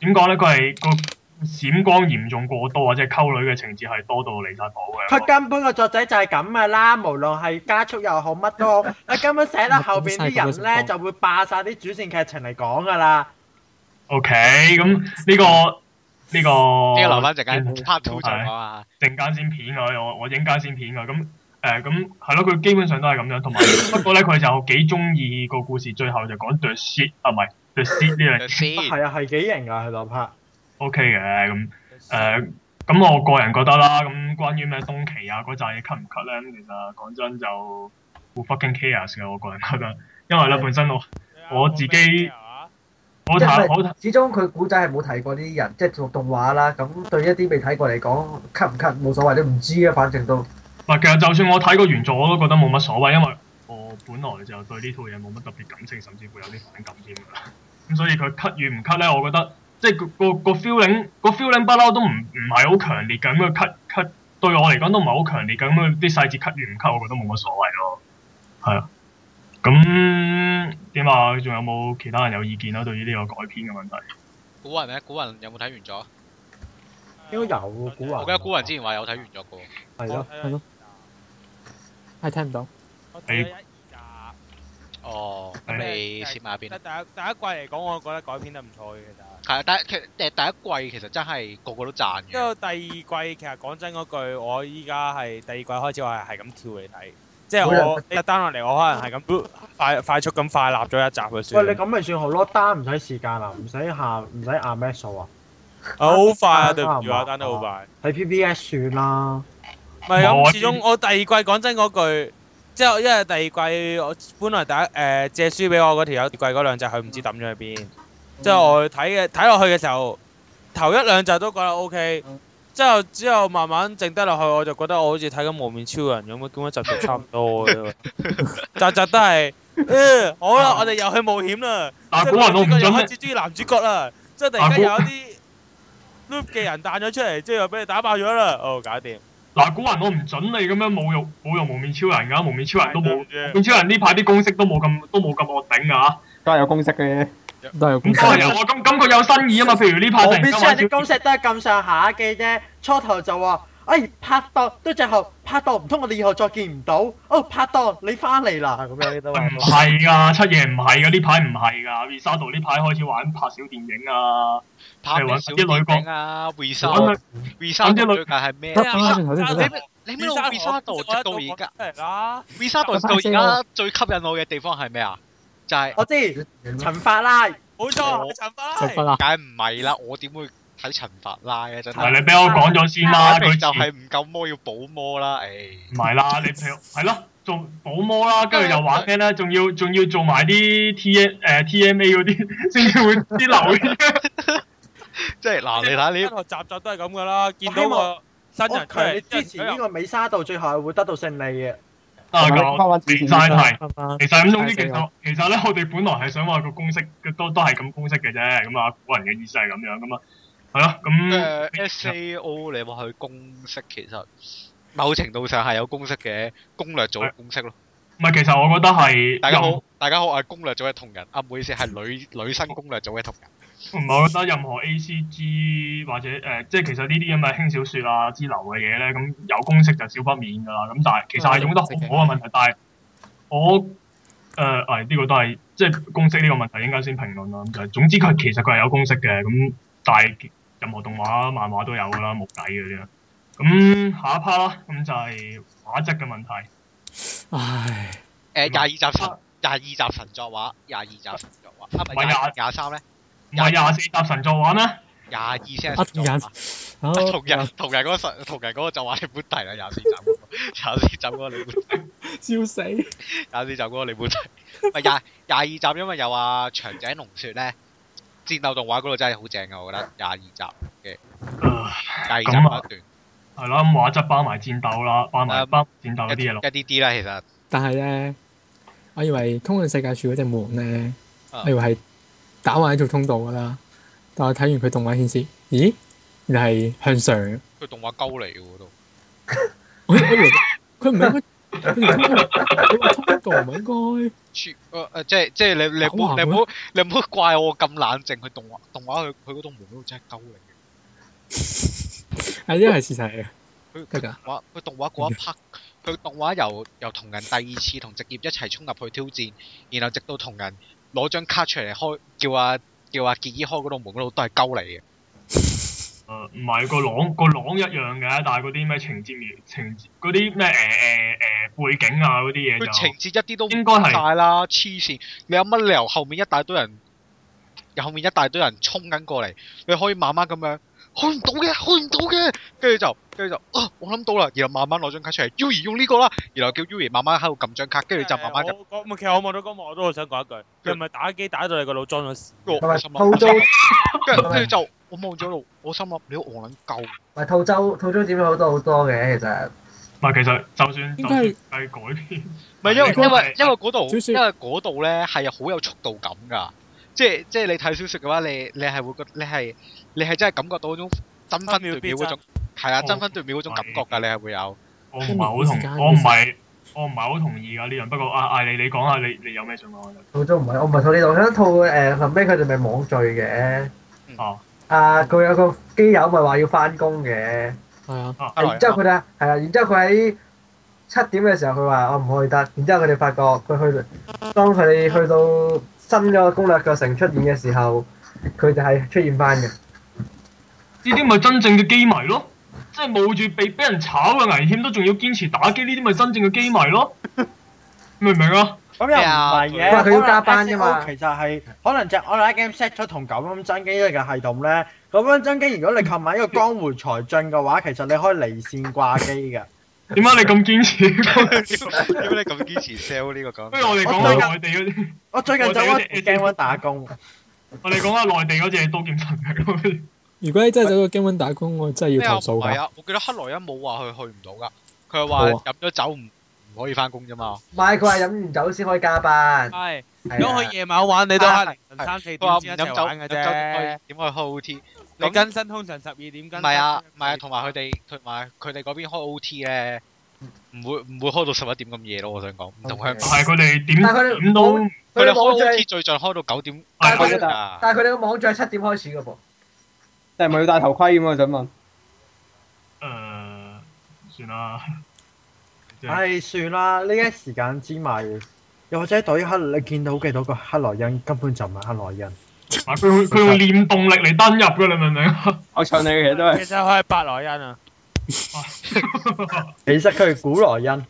Speaker 1: 點講咧？佢係個閃光嚴重過多，或者溝女嘅情節係多到離晒譜嘅。
Speaker 2: 佢根本個作者就係咁啊噶啦，無論係加速又好乜都好，佢根本寫到後邊啲人咧就會霸晒啲主線劇情嚟講噶啦。
Speaker 1: O K，咁呢個呢、個
Speaker 3: 呢個留翻陣間
Speaker 1: 嗯
Speaker 3: part two 再講啊！
Speaker 1: 陣間先片佢，我我影間先片佢，咁誒咁係咯，佢基本上都係咁樣，同埋不過咧佢就幾中意個故事最後就講 the shit 啊，唔係 the shit 呢樣嘢
Speaker 3: 先
Speaker 2: 係啊，係幾型啊，佢嗰 part。
Speaker 1: OK 嘅咁誒，咁、我個人覺得啦，咁關於咩東奇啊嗰扎嘢 cut 唔 cut 咧，咁其實講真就好 fucking cares 嘅，我個人覺得，因為咧本身我我自己我
Speaker 4: 因
Speaker 1: 睇
Speaker 4: 為
Speaker 1: 我睇
Speaker 4: 始終佢古仔係冇睇過啲人，即係做動畫啦。咁對一啲未睇過嚟講，cut 唔 cut 冇所謂，你唔知啊，反正都
Speaker 1: 唔係其實就算我睇過原作我都覺得冇乜所謂，因為我本來就對呢套嘢冇乜特別感情，甚至乎有啲反感添㗎啦。咁所以佢 cut 與唔 cut 咧，我覺得即係個個個 feeling 個 feeling 不嬲都唔唔係好強烈咁佢 cut cut 對我嚟講都唔係好強烈咁佢啲細節 cut 與唔 cut，我覺得冇乜所謂咯。係啊，咁點啊？仲有冇其他人有意見啊？對於呢個改編嘅問題？
Speaker 3: 古人咧，古人有冇睇完咗？
Speaker 2: 應該有喎古
Speaker 1: 哦
Speaker 2: 惑
Speaker 3: 我記得古人之前話有睇完咗嘅喎。
Speaker 2: 係
Speaker 5: 哦
Speaker 2: 咯，
Speaker 7: 係咯，係聽唔到。
Speaker 5: 我睇咗一二
Speaker 3: 哦，咁
Speaker 5: 係
Speaker 3: 你攝埋
Speaker 5: 集，
Speaker 3: 一邊啊
Speaker 5: 但
Speaker 3: 啦。
Speaker 5: 係第一第一季嚟講，我覺得改編得唔錯嘅其實。
Speaker 3: 係啊，第一其誒第一季其實真係個個都讚
Speaker 5: 因
Speaker 3: 嘅。
Speaker 5: 為第二季其實講真嗰句，我依家係第二季開始，我係係咁跳嚟睇，即係我一 down 落嚟，我可能係咁快快速咁快立咗一集嘅
Speaker 2: 喂
Speaker 5: 算。
Speaker 2: 你咁咪算好咯，單唔使時間啦，唔使下唔使壓咩數啊，
Speaker 5: 好快啊！對唔住啊，單得好快。
Speaker 2: 喺 PPS 算啦。
Speaker 5: 唔係咁，始終我第二季講真嗰句，即係因為第二季我本來第一誒、呃借書俾我嗰條友，第二季嗰兩集佢唔知抌咗去邊，即係我睇嘅睇落去嘅時候，頭一兩集都覺得 O K，之後之後慢慢剩低落去，我就覺得我好似睇緊無面超人咁啊，咁樣集集差唔多嘅 啫喎，集集都係，嗯、好啦，我哋又去冒險啦，
Speaker 1: 但係啊
Speaker 5: 即係
Speaker 1: 古人我唔
Speaker 5: 男主角又
Speaker 1: 準
Speaker 5: 開
Speaker 1: 咧，
Speaker 5: 始中意男主角啦，即係突然間有
Speaker 1: 但係古
Speaker 5: 啲 loop 嘅人彈咗出嚟，之後又俾你打爆咗啦，哦，搞掂。
Speaker 1: 嗱古人我唔準你咁樣侮辱侮辱無面超人㗎，無面超人都
Speaker 5: 對
Speaker 1: 冇
Speaker 5: 唔。住
Speaker 1: 變超人呢排啲公式都冇咁都冇咁惡頂啊！
Speaker 8: 都係有公式嘅嘢。
Speaker 7: 都係有公
Speaker 1: 咁
Speaker 7: 司
Speaker 1: 當然有我咁咁佢有新意啊嘛，譬如呢排突
Speaker 2: 我
Speaker 1: 然
Speaker 2: 必
Speaker 1: 間
Speaker 2: 須
Speaker 1: 玩
Speaker 2: 啲
Speaker 1: 超
Speaker 2: 公式都係咁上下嘅啫，初頭就話：，哎，拍檔都最後拍檔，唔通我哋以後再見唔到？哦，拍檔你翻嚟啦，咁樣 都
Speaker 1: 唔係㗎，七夜唔係㗎，呢排唔係㗎 r i s a d o 呢排開始玩拍小電影啊，
Speaker 3: 拍
Speaker 1: 係
Speaker 3: 啲
Speaker 1: 搵
Speaker 3: 小
Speaker 1: 啲女角
Speaker 3: 電影啊
Speaker 1: 揾
Speaker 3: ，Visa
Speaker 1: 佢
Speaker 3: Visa
Speaker 1: 啲女
Speaker 3: 最近係咩
Speaker 7: 得翻
Speaker 3: ？Visa
Speaker 7: 轉頭
Speaker 5: 啊你
Speaker 7: 先講得
Speaker 5: 咪
Speaker 3: 你咩
Speaker 5: 邊
Speaker 3: 到
Speaker 5: 度
Speaker 3: Visa 度直到而家
Speaker 5: 家嚟啦？
Speaker 3: ，Visa 度
Speaker 7: 我
Speaker 3: 直到而家最吸引我嘅地方係咩啊？就係
Speaker 2: 我知陳法拉，
Speaker 5: 冇錯，陳法
Speaker 7: 就
Speaker 5: 拉
Speaker 7: 不啦。
Speaker 3: 梗唔係啦，我點會睇陳法拉啊？真
Speaker 1: 係
Speaker 3: 係
Speaker 1: 你俾我講咗先啦，佢
Speaker 3: 一定就
Speaker 1: 前
Speaker 3: 係唔夠魔要補魔啦，誒。
Speaker 1: 唔係啦，你譬如係咯，做保魔啦，跟住又玩咩咧？仲要仲要做埋啲 T M 誒 T M A 嗰啲，先至會啲流嘅。
Speaker 3: 即係嗱，你睇呢
Speaker 5: 一台集集都係咁噶啦，見到個新
Speaker 2: 我
Speaker 5: 人出
Speaker 2: 強烈
Speaker 5: 嚟，
Speaker 2: 支持呢個美沙道最後係會得到勝利嘅。
Speaker 1: 啊
Speaker 8: 翻
Speaker 1: 咁，
Speaker 8: 翻之前
Speaker 1: 連晒題。
Speaker 7: 翻翻
Speaker 1: 其實咁總之，其實其實咧，我哋本來係想話個公式都都係咁公式嘅啫，咁啊，古人嘅意思係咁樣咁啊，係咯，
Speaker 3: 嗯
Speaker 1: 咁
Speaker 3: 誒 SAO 你話佢公式其實某程度上係有公式嘅攻略組嘅公式咯。
Speaker 1: 唔係，其實我覺得係
Speaker 3: 大家
Speaker 1: 任
Speaker 3: 好，大家好，我係攻略組嘅同仁，啊唔好意思，係女女生攻略組嘅同仁。
Speaker 1: 唔係，我覺得任何 A.C.G 或者誒、呃即係其實呢啲咁嘅輕小說啊之流嘅嘢咧，咁有公式就少不免㗎啦。咁但係其實係用得好哦唔好嘅問題，但係我誒誒呢個都係即係公式呢個問題應該先評論啦。咁就係總之佢其實佢係有公式嘅，咁但係任何動畫漫畫都有㗎啦，冇計嘅啫。咁下一 part 啦，咁就係畫質嘅問題。
Speaker 7: 唉，
Speaker 1: 唔
Speaker 3: 誒
Speaker 1: 係
Speaker 3: 廿二集神，廿二集神作畫，廿二集神作畫，啊唔
Speaker 1: 唔係
Speaker 3: 係廿
Speaker 1: 廿
Speaker 3: 廿三咧，
Speaker 1: 唔係廿四集神作畫咩？
Speaker 3: 廿二先
Speaker 7: 啊
Speaker 3: 係
Speaker 7: 同
Speaker 3: 神作
Speaker 7: 人
Speaker 3: 畫。
Speaker 7: 好
Speaker 3: 啊 同人同人嗰個神同人嗰個就話你本題啦，啊廿四集嗰個，廿四集嗰個你本題，
Speaker 7: 笑死。
Speaker 3: 廿四集嗰個你本題，咪廿廿二集，因為有啊長井龍雪咧，戰鬥動畫嗰度真係好正啊，我覺得廿二集。
Speaker 1: 呃
Speaker 3: 第二集
Speaker 1: 咁啊
Speaker 3: 嗰一段，
Speaker 1: 係啦，咁畫質包埋戰鬥啦，包埋
Speaker 3: 嗯
Speaker 1: 包埋戰鬥嗰
Speaker 3: 一
Speaker 1: 啲嘢咯。
Speaker 3: 一啲啲啦，其實
Speaker 7: 但係咧，我以為通向世界樹嗰只門咧，
Speaker 3: 啊
Speaker 7: 我以為係打橫喺條通道噶啦。但我睇完佢動畫顯示，咦，原來係向上。
Speaker 3: 佢動畫鳩嚟嘅喎都，
Speaker 7: 我我以為佢唔係應該，佢條通道佢個通道唔係應
Speaker 3: 誒誒，呃即係即係你你唔
Speaker 7: 好
Speaker 3: 好
Speaker 7: 話
Speaker 3: 你
Speaker 7: 咩
Speaker 3: 唔好你唔好怪我咁冷靜，佢動畫動畫佢佢嗰棟門嗰度真係鳩嚟
Speaker 7: 該係呢個係事實嚟嘅，
Speaker 3: 嘅，佢
Speaker 7: 得
Speaker 3: 佢動
Speaker 7: 㗎
Speaker 3: 畫佢動畫嗰一 part，佢動畫由由同人第二次同直業一齊衝入去挑戰，然後直到同人攞張卡出嚟開，叫阿叫阿傑伊開嗰棟門嗰度都係鳩嚟嘅，
Speaker 1: 誒唔係個朗個朗一樣嘅，但係嗰啲咩情節描情節嗰啲咩誒誒誒背景啊嗰啲嘢
Speaker 3: 佢情
Speaker 1: 就
Speaker 3: 節一啲都唔
Speaker 1: 應該係
Speaker 3: 晒啦，黐線！你有乜理由後面一大堆人，後面一大堆人衝緊過嚟，你可以慢慢咁樣開唔到嘅，開唔到嘅，跟住就跟住就啊，我諗到啦，然後慢慢攞張卡出嚟，Uri 用呢個啦，然後叫 Uri 慢慢喺度撳張卡，跟住就慢慢就
Speaker 5: 誒我我其實我望到嗰幕我都好想講一句，佢唔係打機打到你個腦裝咗屎。
Speaker 3: 跟住
Speaker 4: 同
Speaker 3: 我
Speaker 4: 埋
Speaker 3: 心
Speaker 4: 套租
Speaker 3: 諗，，跟住跟住就我望咗度，我心諗你都戇撚鳩，啊
Speaker 4: 唔係套租，套租點好多好多嘅其實。
Speaker 1: 唔係其實就算就算
Speaker 7: 應該係
Speaker 1: 係改編，
Speaker 3: 唔係因為
Speaker 1: 你講
Speaker 3: 因為
Speaker 1: 係
Speaker 3: 因為嗰
Speaker 7: 小
Speaker 3: 度
Speaker 7: 說
Speaker 3: 因為嗰度咧係好有速度感㗎，即係即係你睇小說嘅話，你你係會覺你係你係真係感覺到嗰種爭分奪秒嗰種。係啊，爭分奪秒嗰種感覺㗎，你係會有。
Speaker 1: 我唔係好
Speaker 7: 一年之間
Speaker 1: 同我唔係我唔係好同意㗎呢樣，不過啊艾你你講下你你有咩想講啊？
Speaker 4: 套咗唔係，我唔係套呢度，佢一套誒後尾佢哋咪網聚嘅。
Speaker 1: 哦。
Speaker 4: 啊！佢有個基友咪話要翻工嘅，
Speaker 7: 係啊，
Speaker 3: 阿來
Speaker 4: 然之後佢哋係啦，然之後佢喺七點嘅時候佢話我唔去得，然之後佢哋發覺佢去到當佢哋去到新嘅攻略嘅城出現嘅時候，佢哋係出現翻嘅。
Speaker 1: 呢啲咪真正嘅機迷咯，即係冒住被俾人炒嘅危險都仲要堅持打機，呢啲咪真正嘅機迷咯，明唔明啊？
Speaker 2: 咁又唔係
Speaker 3: 咩
Speaker 2: 嘅，
Speaker 4: 啊
Speaker 2: 可能
Speaker 4: 佢要加班㗎嘛
Speaker 2: SEO 其實係可能隻 online game set 咗同九陰真經嘅系統咧，九陰真經如果你購買一個江湖才俊嘅話，其實你可以離線掛機嘅。
Speaker 1: 點解你咁堅持？
Speaker 3: 屌屌你咁堅持 sell 呢個
Speaker 1: 不如我哋
Speaker 3: 咁？
Speaker 1: 講下內地嗰啲，
Speaker 2: 我最近就
Speaker 1: 我哋嗰
Speaker 2: 喺
Speaker 1: 啲
Speaker 2: game one 打工，
Speaker 1: 我哋講下內地嗰只刀劍神域咯。
Speaker 7: 如果你真係走咗經文打工，我真係
Speaker 3: 咩
Speaker 7: 要
Speaker 3: 啊？唔
Speaker 7: 投訴
Speaker 3: 係
Speaker 7: 㗎。
Speaker 3: 啊，我記得克萊恩冇話佢去唔到㗎，佢係
Speaker 7: 冇
Speaker 3: 話飲咗酒唔唔可以翻工啫嘛。
Speaker 4: 唔係佢話飲完酒先可以加班。
Speaker 5: 係，
Speaker 4: 係
Speaker 5: 如果佢夜晚玩，你都係凌晨
Speaker 3: 係
Speaker 5: 三四
Speaker 3: 佢話
Speaker 5: 點
Speaker 3: 唔
Speaker 5: 先
Speaker 3: 飲
Speaker 5: 一齊
Speaker 3: 酒，
Speaker 5: 玩嘅
Speaker 3: 飲酒點
Speaker 5: 啫。
Speaker 3: 去點去開 OT？
Speaker 5: 你
Speaker 3: 咁
Speaker 5: 更新通常十二點
Speaker 3: 唔
Speaker 5: 更新。
Speaker 3: 係啊，唔係啊，同埋佢哋同埋佢哋嗰邊開 OT 咧，唔會唔會開到十一點咁夜咯。我想講，唔同香港，
Speaker 1: 係佢哋點
Speaker 4: 但係佢哋
Speaker 1: 點都
Speaker 4: 冇
Speaker 3: 佢
Speaker 4: 佢
Speaker 3: 哋
Speaker 4: 哋
Speaker 3: 開
Speaker 4: 網聚
Speaker 3: OT，最盡開到九點啊
Speaker 1: 但
Speaker 4: 係佢
Speaker 3: 㗎。
Speaker 4: 但係佢哋個網聚係七點開始嘅噃。
Speaker 8: 但係咪要戴頭盔咁啊？我想問。
Speaker 1: 誒算啦。即係
Speaker 2: 唉算啦，呢一時間之咪，又或者對於克你見到嘅到個克萊恩根本就唔係克萊恩，
Speaker 1: 佢用佢用念動力嚟登入㗎，你明唔明啊？
Speaker 8: 我唱你嘅其實都係
Speaker 5: 其實佢係白萊恩啊，
Speaker 2: 其實佢係古萊恩，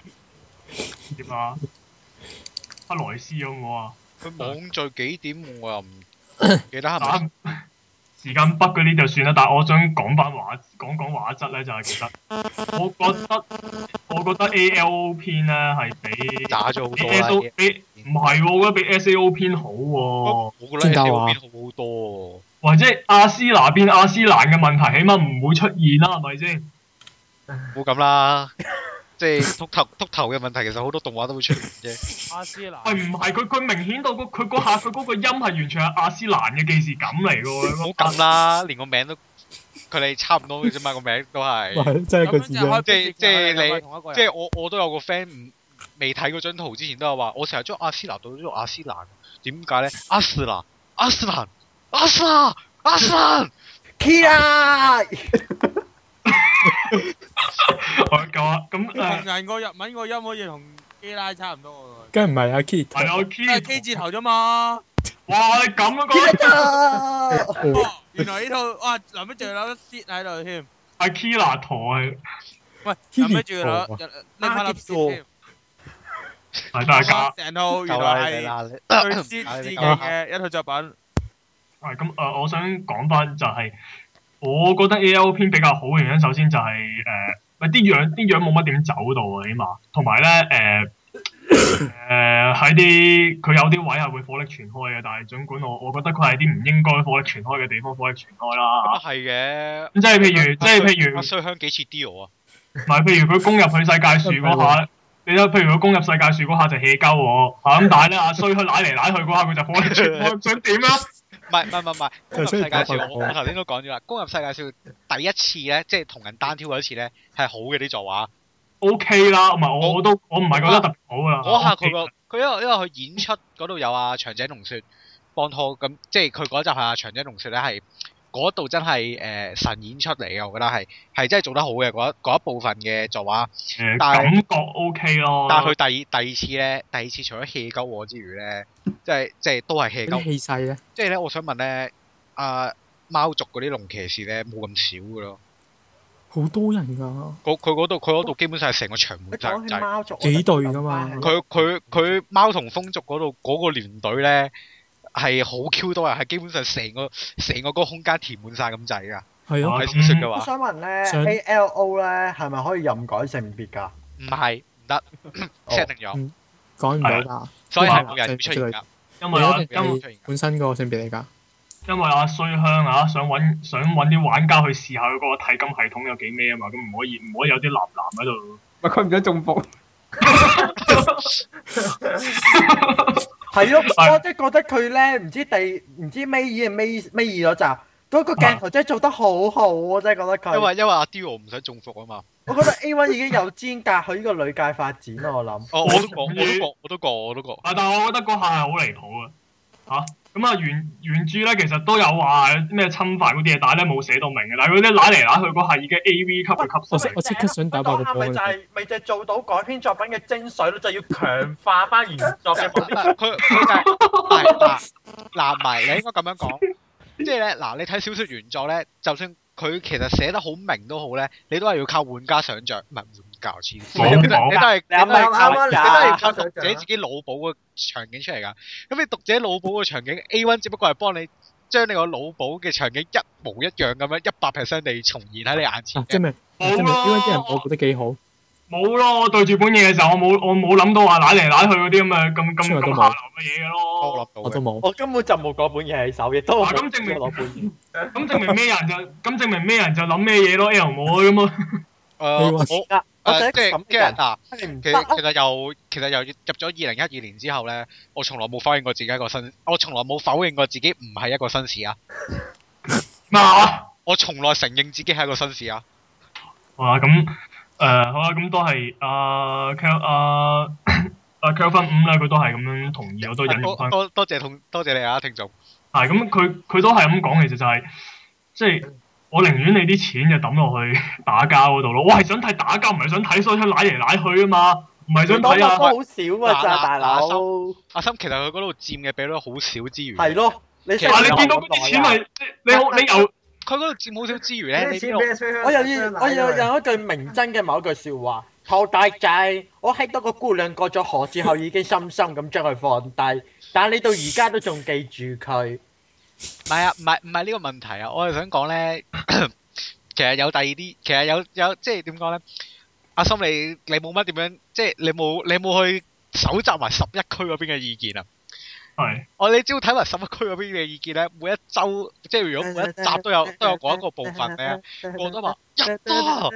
Speaker 1: 點啊？克萊斯咁我啊，
Speaker 3: 佢網聚幾點我又唔記得係咪
Speaker 1: 打時間北嗰啲就算啦。但係我想講翻畫講講畫質咧，就係其實我覺得我覺得 A L O 篇咧係比
Speaker 3: 打咗好
Speaker 1: 比
Speaker 3: 多
Speaker 1: S O
Speaker 3: 啦。
Speaker 1: 比唔係喎，我覺得比 S A O 篇好喎。
Speaker 3: 我覺
Speaker 7: 點
Speaker 3: 得
Speaker 7: 解話
Speaker 3: S O 邊好好多喎。
Speaker 1: 或者阿斯拿變阿斯蘭嘅問題，起碼唔會出現啦，係咪先？
Speaker 3: 冇咁啦，即係禿頭 禿頭嘅問題，其實好多動畫都會出現啫。
Speaker 5: 阿斯拿。
Speaker 1: 喂，唔係佢佢明顯到嗰佢嗰下佢嗰個音係完全係阿斯蘭嘅既視感嚟㗎
Speaker 3: 唔好
Speaker 1: 喎。
Speaker 3: 咁啦，連個名都佢哋差唔多嘅啫嘛，個名都係。
Speaker 7: 喂，真係一個
Speaker 5: 咁樣
Speaker 7: 字
Speaker 5: 就可以
Speaker 7: 啫。
Speaker 5: 逼住
Speaker 3: 即係
Speaker 5: 佢哋
Speaker 3: 你
Speaker 5: 兩個同一個人
Speaker 3: 即係我我都有個 friend 唔未睇嗰張圖之前都有話，我成日將阿斯拿到咗阿斯蘭，點解 咧？阿斯拿，阿斯蘭，阿斯拿，阿斯 蘭，
Speaker 1: 我夠啦，咁誒
Speaker 5: 同人個日文個音可以同基拉差唔多
Speaker 7: 梗係唔係
Speaker 1: 係
Speaker 7: 啊
Speaker 1: 啊
Speaker 7: ，Kit？
Speaker 1: 我
Speaker 5: 喎，都係 K
Speaker 1: Key，
Speaker 5: 字頭啫嘛。
Speaker 1: 哇你咁樣講，
Speaker 5: 哇原來呢套哇臨尾仲有粒 shit 喺度添，
Speaker 1: 阿 Kira 陀係
Speaker 5: 喂
Speaker 7: 呢
Speaker 5: 臨尾仲有
Speaker 7: 套啊
Speaker 5: 有拎翻粒 shit 添，
Speaker 1: 係真係假？
Speaker 5: 成套原
Speaker 3: 夠啦
Speaker 5: 來
Speaker 3: 你
Speaker 5: 係
Speaker 3: 啦，你
Speaker 5: 對 shit 致敬嘅一套作品。
Speaker 1: 係咁誒，我想講翻就係我覺得 A L 篇比較好嘅原因，首先就係誒咪啲樣啲樣冇乜點走到啊，起碼同埋咧誒誒喺啲佢有啲位係會火力全開嘅，但係儘管我我覺得佢係啲唔應該火力全開嘅地方火力全開
Speaker 3: 咁啊
Speaker 1: 啦。
Speaker 3: 係嘅。
Speaker 1: 咁即係譬
Speaker 3: 啊
Speaker 1: 如，即係譬如
Speaker 3: 阿，衰香幾似 Dio 啊？
Speaker 1: 唔係譬如佢攻入去世界樹嗰 下，你睇譬如佢攻入世界樹嗰下就 hea 鳩我，嚇咁但係咧阿衰佢奶嚟奶去嗰下佢就火力全 開，想點啊？
Speaker 3: 唔係唔係唔 係，攻入世界
Speaker 7: 就係需要打爆
Speaker 3: 笑，我我頭先都講咗啦。攻入世界笑第一次咧，即係同人單挑嗰一次咧，係好嘅啲作畫。
Speaker 1: O K 啦，唔係我我都我唔係覺得特別好啊。
Speaker 3: 嗰下佢
Speaker 1: OK
Speaker 3: 個佢因為因為佢演出嗰度有啊長井龍雪幫拖咁，即係佢嗰集係啊長井龍雪咧係嗰度真係誒、呃神演出嚟嘅，我覺得係係真係做得好嘅嗰一嗰一部分嘅作畫。
Speaker 1: 誒
Speaker 3: 但係
Speaker 1: 感覺 O K 咯。
Speaker 3: 但係佢第二第二次咧，第二次除咗 hea 鳩我之餘咧，即係即係都係 hea
Speaker 7: 嗰
Speaker 3: 鳩
Speaker 7: 啲。氣勢啊咧，
Speaker 3: 即係咧，我想問咧，啊貓族嗰啲龍騎士咧冇咁少嘅咯。
Speaker 7: 好多人㗎。
Speaker 3: 嗰佢嗰度佢嗰度基本上係成個場
Speaker 2: 你
Speaker 3: 滿晒
Speaker 2: 講
Speaker 3: 人
Speaker 2: 起
Speaker 3: 仔。
Speaker 2: 貓族
Speaker 7: 幾對㗎嘛
Speaker 3: 佢佢佢貓同風族嗰度嗰個連隊咧係好 Q 多啊人，係基本上成個成個嗰個空間填滿晒咁滯㗎。
Speaker 1: 哦
Speaker 7: 係啊，
Speaker 1: 係
Speaker 3: 睇小説嘅
Speaker 2: 我
Speaker 7: Vâng.
Speaker 3: 話，
Speaker 2: 想問
Speaker 7: 想
Speaker 2: 咧，A L O 咧係咪可以任改性別㗎？
Speaker 3: 唔係唔得
Speaker 1: 哦
Speaker 3: set 定咗，
Speaker 7: 講唔到㗎。
Speaker 3: 所以係冇人會出現㗎。
Speaker 1: 因為啊
Speaker 7: 你一定
Speaker 1: 因為
Speaker 7: 係本身個性別嚟㗎。
Speaker 1: 因為阿衰香啊，想揾想揾啲玩家去試下佢嗰個體感系統有幾咩啊嘛，咁唔可以唔可以有啲男男喺度。
Speaker 8: 咪佢唔想中伏，
Speaker 2: 係咯，
Speaker 1: 係
Speaker 2: 我真係覺得佢咧，唔知第唔知尾二定尾
Speaker 7: Vâng.
Speaker 2: 尾二嗰集，嗰個鏡頭真係做得好好，我真係覺得
Speaker 3: 因
Speaker 2: 佢。
Speaker 3: 為因為阿 Dio 唔想中伏啊嘛，
Speaker 2: 我覺得 A one 已經有資格去呢個女界發展啦，我諗。
Speaker 3: 哦我我都過，我都過，我 都過，我都過。
Speaker 1: 啊！但係我覺得嗰下係好離譜啊！嚇咁啊，原原著咧其實都有話咩侵犯嗰啲嘢，但係咧冇寫到明嘅。但係嗰啲揦嚟揦去嗰下已經 A V 級嘅級
Speaker 7: 我
Speaker 1: 數
Speaker 7: 即
Speaker 1: 嚟。
Speaker 7: 我即刻想打爆個波
Speaker 2: 咪就係咪就係做到改編作品嘅精髓咯，就要強化翻原 作嘅某啲。
Speaker 3: 佢佢就係嗱嗱嗱，唔係你應該咁樣講，即係咧嗱，你睇小説原作咧，就算佢其實寫得好明都好咧，你都係要靠玩家想像，唔係玩家黐線，
Speaker 1: 冇
Speaker 3: 你都係你都係
Speaker 2: 你啱啱
Speaker 3: 你都係靠
Speaker 4: 啱 啱
Speaker 3: 你都係
Speaker 2: 啊
Speaker 4: 嗱
Speaker 3: 靠讀者自己腦補個場景出嚟㗎。咁你讀者腦補個場景 A one 只不過係幫你。將你個腦補嘅場景一模一樣咁樣，一百 percent 地重現喺你眼前
Speaker 7: 啊！
Speaker 3: 嘅
Speaker 7: 真。係真係，因為啲人我覺得幾好，
Speaker 1: 冇咯，我對住本嘢嘅時候，我冇我冇諗到話揦嚟揦去嗰啲咁嘅咁咁
Speaker 7: 雖然都
Speaker 1: 咁
Speaker 7: 冇
Speaker 1: 下流嘅嘢嘅
Speaker 3: 我
Speaker 1: 咯。
Speaker 3: 諗到
Speaker 7: 我
Speaker 3: 嘅
Speaker 7: 都冇。
Speaker 2: 我根本就冇嗰本嘢喺手，亦都
Speaker 1: 啊咁證明
Speaker 2: 冇攞本嘢。
Speaker 1: 咁證明咩人就咁證明咩人就諗咩嘢咯，L 我咁啊。
Speaker 3: 誒，
Speaker 7: 你話
Speaker 3: 呃我
Speaker 2: 啊我就
Speaker 3: 誒
Speaker 2: 係一個
Speaker 3: 即係
Speaker 2: 咁
Speaker 3: 即
Speaker 2: 嘅
Speaker 3: 係
Speaker 2: 人，
Speaker 3: 嗱，
Speaker 2: 你唔
Speaker 3: 其
Speaker 2: 得啊
Speaker 3: 實其實又其實又入咗二零一二年之後咧，我從來冇否認過自己一個新，我從來冇否認過自己唔係一個紳士啊，
Speaker 1: 咩啊？
Speaker 3: 我從來承認自己係一個紳士啊。
Speaker 1: 哇！咁誒好啦，咁都係啊 Kel 啊 啊 Kelvin 五咧，佢都係咁樣同意，我都引用
Speaker 3: 啊多
Speaker 1: 翻。
Speaker 3: 多多謝同多謝你啊，聽眾。
Speaker 1: 係咁，佢佢都係咁講，其實就係、即係我寧願你啲錢就抌落去 打交嗰度咯。我係想睇打交，唔係想睇所以拉嚟拉去啊嘛，唔係想
Speaker 2: 嗰
Speaker 1: 睇
Speaker 2: 個
Speaker 1: 啊。
Speaker 2: 都好少啊，
Speaker 3: 嗱嗱
Speaker 2: 咋大佬
Speaker 3: 嗱？阿森其實佢嗰度佔嘅比率好少之餘，
Speaker 2: 係咯，你
Speaker 3: 其實
Speaker 1: 啊！
Speaker 2: 成日
Speaker 1: 你見到嗰啲錢咪你你好你由
Speaker 3: 佢嗰度佔好少之餘咧，
Speaker 4: 啲
Speaker 3: 你
Speaker 4: 錢
Speaker 3: 邊度
Speaker 4: 俾你
Speaker 2: 我又要我又有一句明真嘅某一句説話，托大仔，我喺到個姑娘過咗河之後已經深深咁將佢放 低，但係你到而家都仲記住佢，
Speaker 3: 唔係啊，唔係唔係呢個問題啊，我係想講咧， 其實有第二啲，其實有有即係點講咧？阿森你你冇乜點樣，即係你冇你冇去搜集埋十一區嗰邊嘅意見啊？
Speaker 1: 係
Speaker 3: 我你只要睇埋十一區嗰邊嘅意見咧，每一周即係如果每一集都有都有講一個部分咧，我都話入多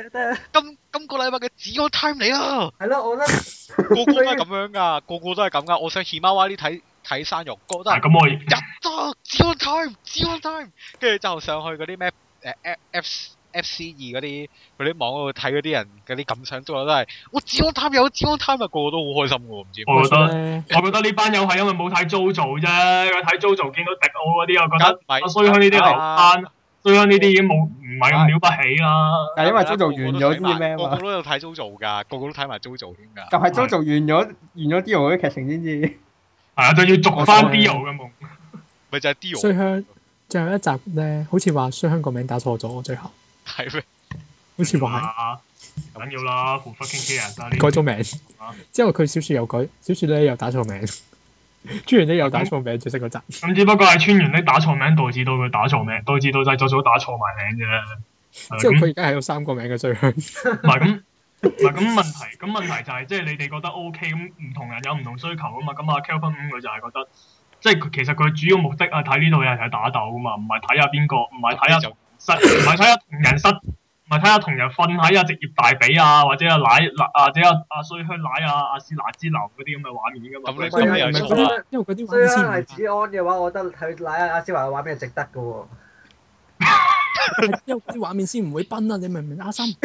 Speaker 3: 今今個禮拜嘅紫安 time 嚟 啦，
Speaker 4: 係咯，我覺得
Speaker 3: 個個都係咁樣噶，個個都係咁噶。我想起貓 Y 呢睇睇生肉，個個都
Speaker 1: 嗱
Speaker 3: 係
Speaker 1: 咁我亦
Speaker 3: 入多紫安 time 紫安 time，跟住就上去嗰啲咩誒 F F F C 二嗰啲嗰啲網嗰度睇嗰啲人嗰啲感想，都話都係我紫安 time 有紫安 time 啊，個個都好開心噶，唔知點解
Speaker 1: 我覺得
Speaker 7: 得
Speaker 1: 我覺得呢班友係因為冇睇 JoJo 啫，佢睇 JoJo 見到迪奧嗰啲，我覺得
Speaker 3: 唔係
Speaker 1: 阿衰香呢啲留
Speaker 3: 啊
Speaker 1: 班，衰香呢啲已經冇唔係咁了不起啦。
Speaker 8: 但係因為 JoJo 完咗啲咩
Speaker 3: 啊
Speaker 8: 啊
Speaker 3: 個個
Speaker 8: 嘛，
Speaker 3: 都有睇 JoJo 㗎，個個都睇埋 JoJo 添㗎。
Speaker 8: 就係 JoJo 完咗完咗 Dio 嗰啲劇情先至。
Speaker 1: 係啊，就要續翻 Dio 嘅夢。
Speaker 3: 咪就
Speaker 7: 衰
Speaker 3: 係 Dio
Speaker 7: 香最後一集咧，好似話衰香個名打錯咗，最後
Speaker 3: 係咩？
Speaker 7: 好似話係。
Speaker 1: 啊唔緊要啦，付忽傾傾人啦。呢
Speaker 7: 改
Speaker 1: 啲
Speaker 7: 咗名
Speaker 1: 啊，
Speaker 7: 之後佢小説又改，小説咧又打錯名，朱元咧又打錯名，最識嗰集。
Speaker 1: 咁只不過係川原呢打錯名，導致到佢打錯名，導致到製作組打錯埋名啫。係啦
Speaker 7: 之後
Speaker 1: 咁
Speaker 7: 佢而家係有三個名嘅最香，
Speaker 1: 唔係咁，唔係咁問題，咁問題就係即係你哋覺得 O K，咁唔同人有唔同需求啊嘛。咁阿 Kelvin 五佢就係覺得，即係佢其實佢主要目的啊睇呢套嘢係睇打鬥噶嘛，唔係睇下邊個，唔係睇啊下
Speaker 3: 就
Speaker 1: 失，唔係睇下同人失，唔係睇下同人瞓喺啊職業大髀啊，或者啊奶啊或者啊阿衰香奶啊阿斯拿之流嗰啲咁嘅畫面噶嘛。
Speaker 3: 咁你
Speaker 4: 咁你
Speaker 7: 唔
Speaker 4: 又啊
Speaker 7: 係
Speaker 4: 錯
Speaker 7: 嗰
Speaker 4: 啦
Speaker 7: 啲，因為嗰啲
Speaker 4: 雖
Speaker 7: 畫
Speaker 4: 然係
Speaker 7: 面
Speaker 4: 子
Speaker 7: 先
Speaker 4: 安嘅話，我覺得佢拉阿思華嘅畫面係值得嘅喎。
Speaker 7: 唔會，因為嗰啲畫面先唔會崩啊！你明唔明啊？阿心，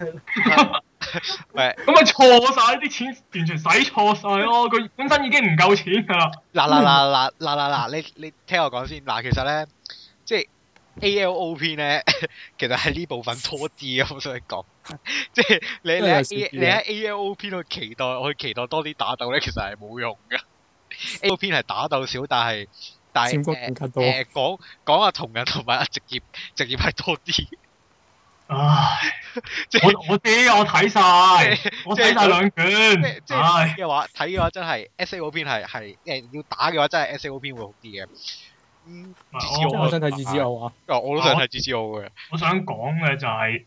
Speaker 3: 唔係
Speaker 1: 咁咪錯晒啲錢，完全使錯晒咯！佢本身已經唔夠錢㗎啦。
Speaker 3: 嗱嗱嗱嗱嗱嗱嗱，你你聽我講先嗱，其實咧即係 A L O 篇咧， 其實係呢部分多啲嘅，我想講， 即係你你
Speaker 7: 真係有
Speaker 3: 喺
Speaker 7: 少啲
Speaker 3: A 你喺 A L O 篇去期待去期待多啲打鬥咧，其實係冇用嘅。A L O 篇係打鬥少，但係但係
Speaker 7: 閃光
Speaker 3: 誒
Speaker 7: 更加多。
Speaker 3: 誒講講下同人同埋阿職 業職業係多啲，
Speaker 1: 唉，
Speaker 3: 即係。
Speaker 1: 我我知我睇晒，我睇晒兩
Speaker 3: 即係
Speaker 1: 卷，
Speaker 3: 即係睇
Speaker 1: 唉，
Speaker 3: 嘅話，睇嘅話真係 S A 嗰邊係係誒要打嘅話，真係 S A 嗰邊會好啲嘅。嗯，
Speaker 1: 我
Speaker 7: 我想睇《自知我啊，
Speaker 3: 啊我都想睇 G G O 嘅。
Speaker 1: 我想講嘅就係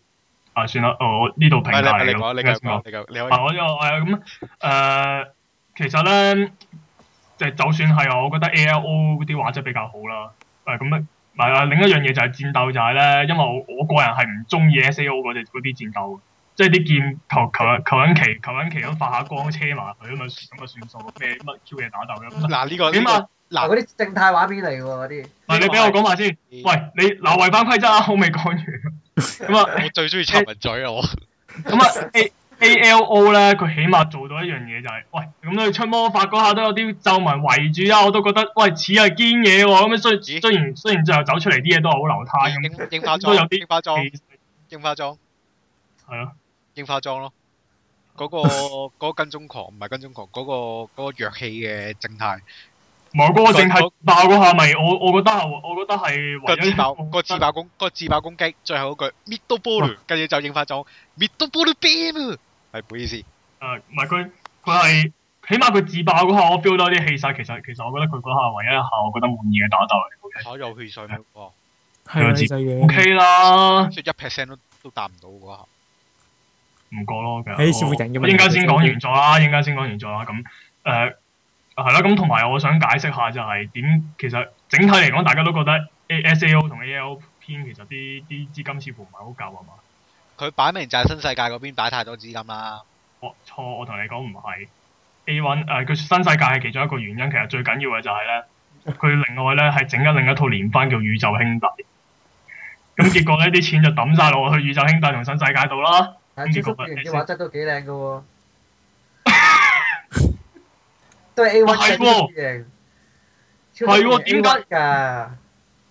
Speaker 1: 啊，算啦，我呢度評
Speaker 3: 係
Speaker 1: 價
Speaker 3: 啊你
Speaker 1: 嚟
Speaker 3: 你講，你繼續講，你繼續，你可以
Speaker 1: 啊，我就誒咁誒，其實咧，就就算係我覺得 A L O 啲畫質比較好啦，誒咁咧，唔係啊，另一樣嘢就係戰鬥就係咧，因為我我個人係唔中意 S A O 嗰隻嗰啲戰鬥，即係啲劍求求求緊其求緊其咁發下光車埋佢咁啊咁啊算數，咩乜 Q 嘢打鬥嘅咁啊。
Speaker 3: 嗱呢個
Speaker 1: 點
Speaker 3: 呢
Speaker 1: 啊？
Speaker 4: 嗱，
Speaker 3: 嗱
Speaker 4: 嗰啲靜態畫面嚟嘅喎，嗰啲。
Speaker 1: 嗱，你俾我講埋先。
Speaker 3: 個
Speaker 1: 喂，你嗱違反規則啊，我未講完。咁啊，
Speaker 3: 我最中意插文嘴啊！我
Speaker 1: 咁啊 A A L O 咧，佢起碼做到一樣嘢就係、喂，咁你出魔法嗰下都有啲皺紋圍住啊，我都覺得喂似係堅嘢喎。咁樣雖
Speaker 3: 咦
Speaker 1: 雖然雖然最後走出嚟啲嘢都係好流灘
Speaker 3: 櫻櫻花
Speaker 1: 咁，都有
Speaker 3: 裝，
Speaker 1: 啲
Speaker 3: 櫻花裝，
Speaker 1: 氣
Speaker 3: 櫻花裝，
Speaker 1: 係啊咯。
Speaker 3: 櫻花裝咯。嗰個嗰個跟蹤狂唔係跟蹤狂，嗰個嗰個弱氣嘅正太，
Speaker 1: 唔係嗰個淨係爆嗰下咪，我我覺得係我覺得係
Speaker 3: 個
Speaker 1: 唯一
Speaker 3: 自
Speaker 1: 一
Speaker 3: 爆
Speaker 1: 個
Speaker 3: 個自爆攻個自爆攻擊，最後嗰句 m i d d l e b a l l 跟住就櫻花裝 m i d d l e b a l l beam，係唔好意思，
Speaker 1: 誒，呃唔係佢佢係起碼佢自爆嗰下，我 feel 到啲氣勢。其實其實我覺得佢嗰下唯一一下，我覺得滿意嘅打鬥嚟。
Speaker 3: 我有血水喎，
Speaker 7: 係啊，細嘅。
Speaker 1: O K 啦，
Speaker 3: 即係一 percent 都都達唔到嗰下。
Speaker 1: 唔過咯，其實
Speaker 7: 誒視乎人嘅問題
Speaker 1: 應間先講完咗啦，應間先講完咗啦。咁誒係啦，咁同埋我想解釋下就係點，其實整體嚟講，大家都覺得 A S A O 同 A L 編其實啲啲資金似乎唔係好夠啊嘛。
Speaker 3: 佢擺明就係新世界嗰邊擺太多資金啦。
Speaker 1: 我錯，我同你講唔係 A One 誒，佢、新世界係其中一個原因。其實最緊要嘅就係咧，佢另外咧係整緊另一套連番叫宇宙兄弟。咁結果呢啲錢就抌晒落去宇宙兄弟同新世界度啦。
Speaker 4: 但係朱古力啲畫質都幾靚嘅喎，都係 A
Speaker 1: 哇
Speaker 4: one
Speaker 1: 係
Speaker 4: 嘅
Speaker 1: 喎
Speaker 4: 啲型，超級
Speaker 1: 係喎點
Speaker 4: A
Speaker 1: 解
Speaker 4: one 㗎？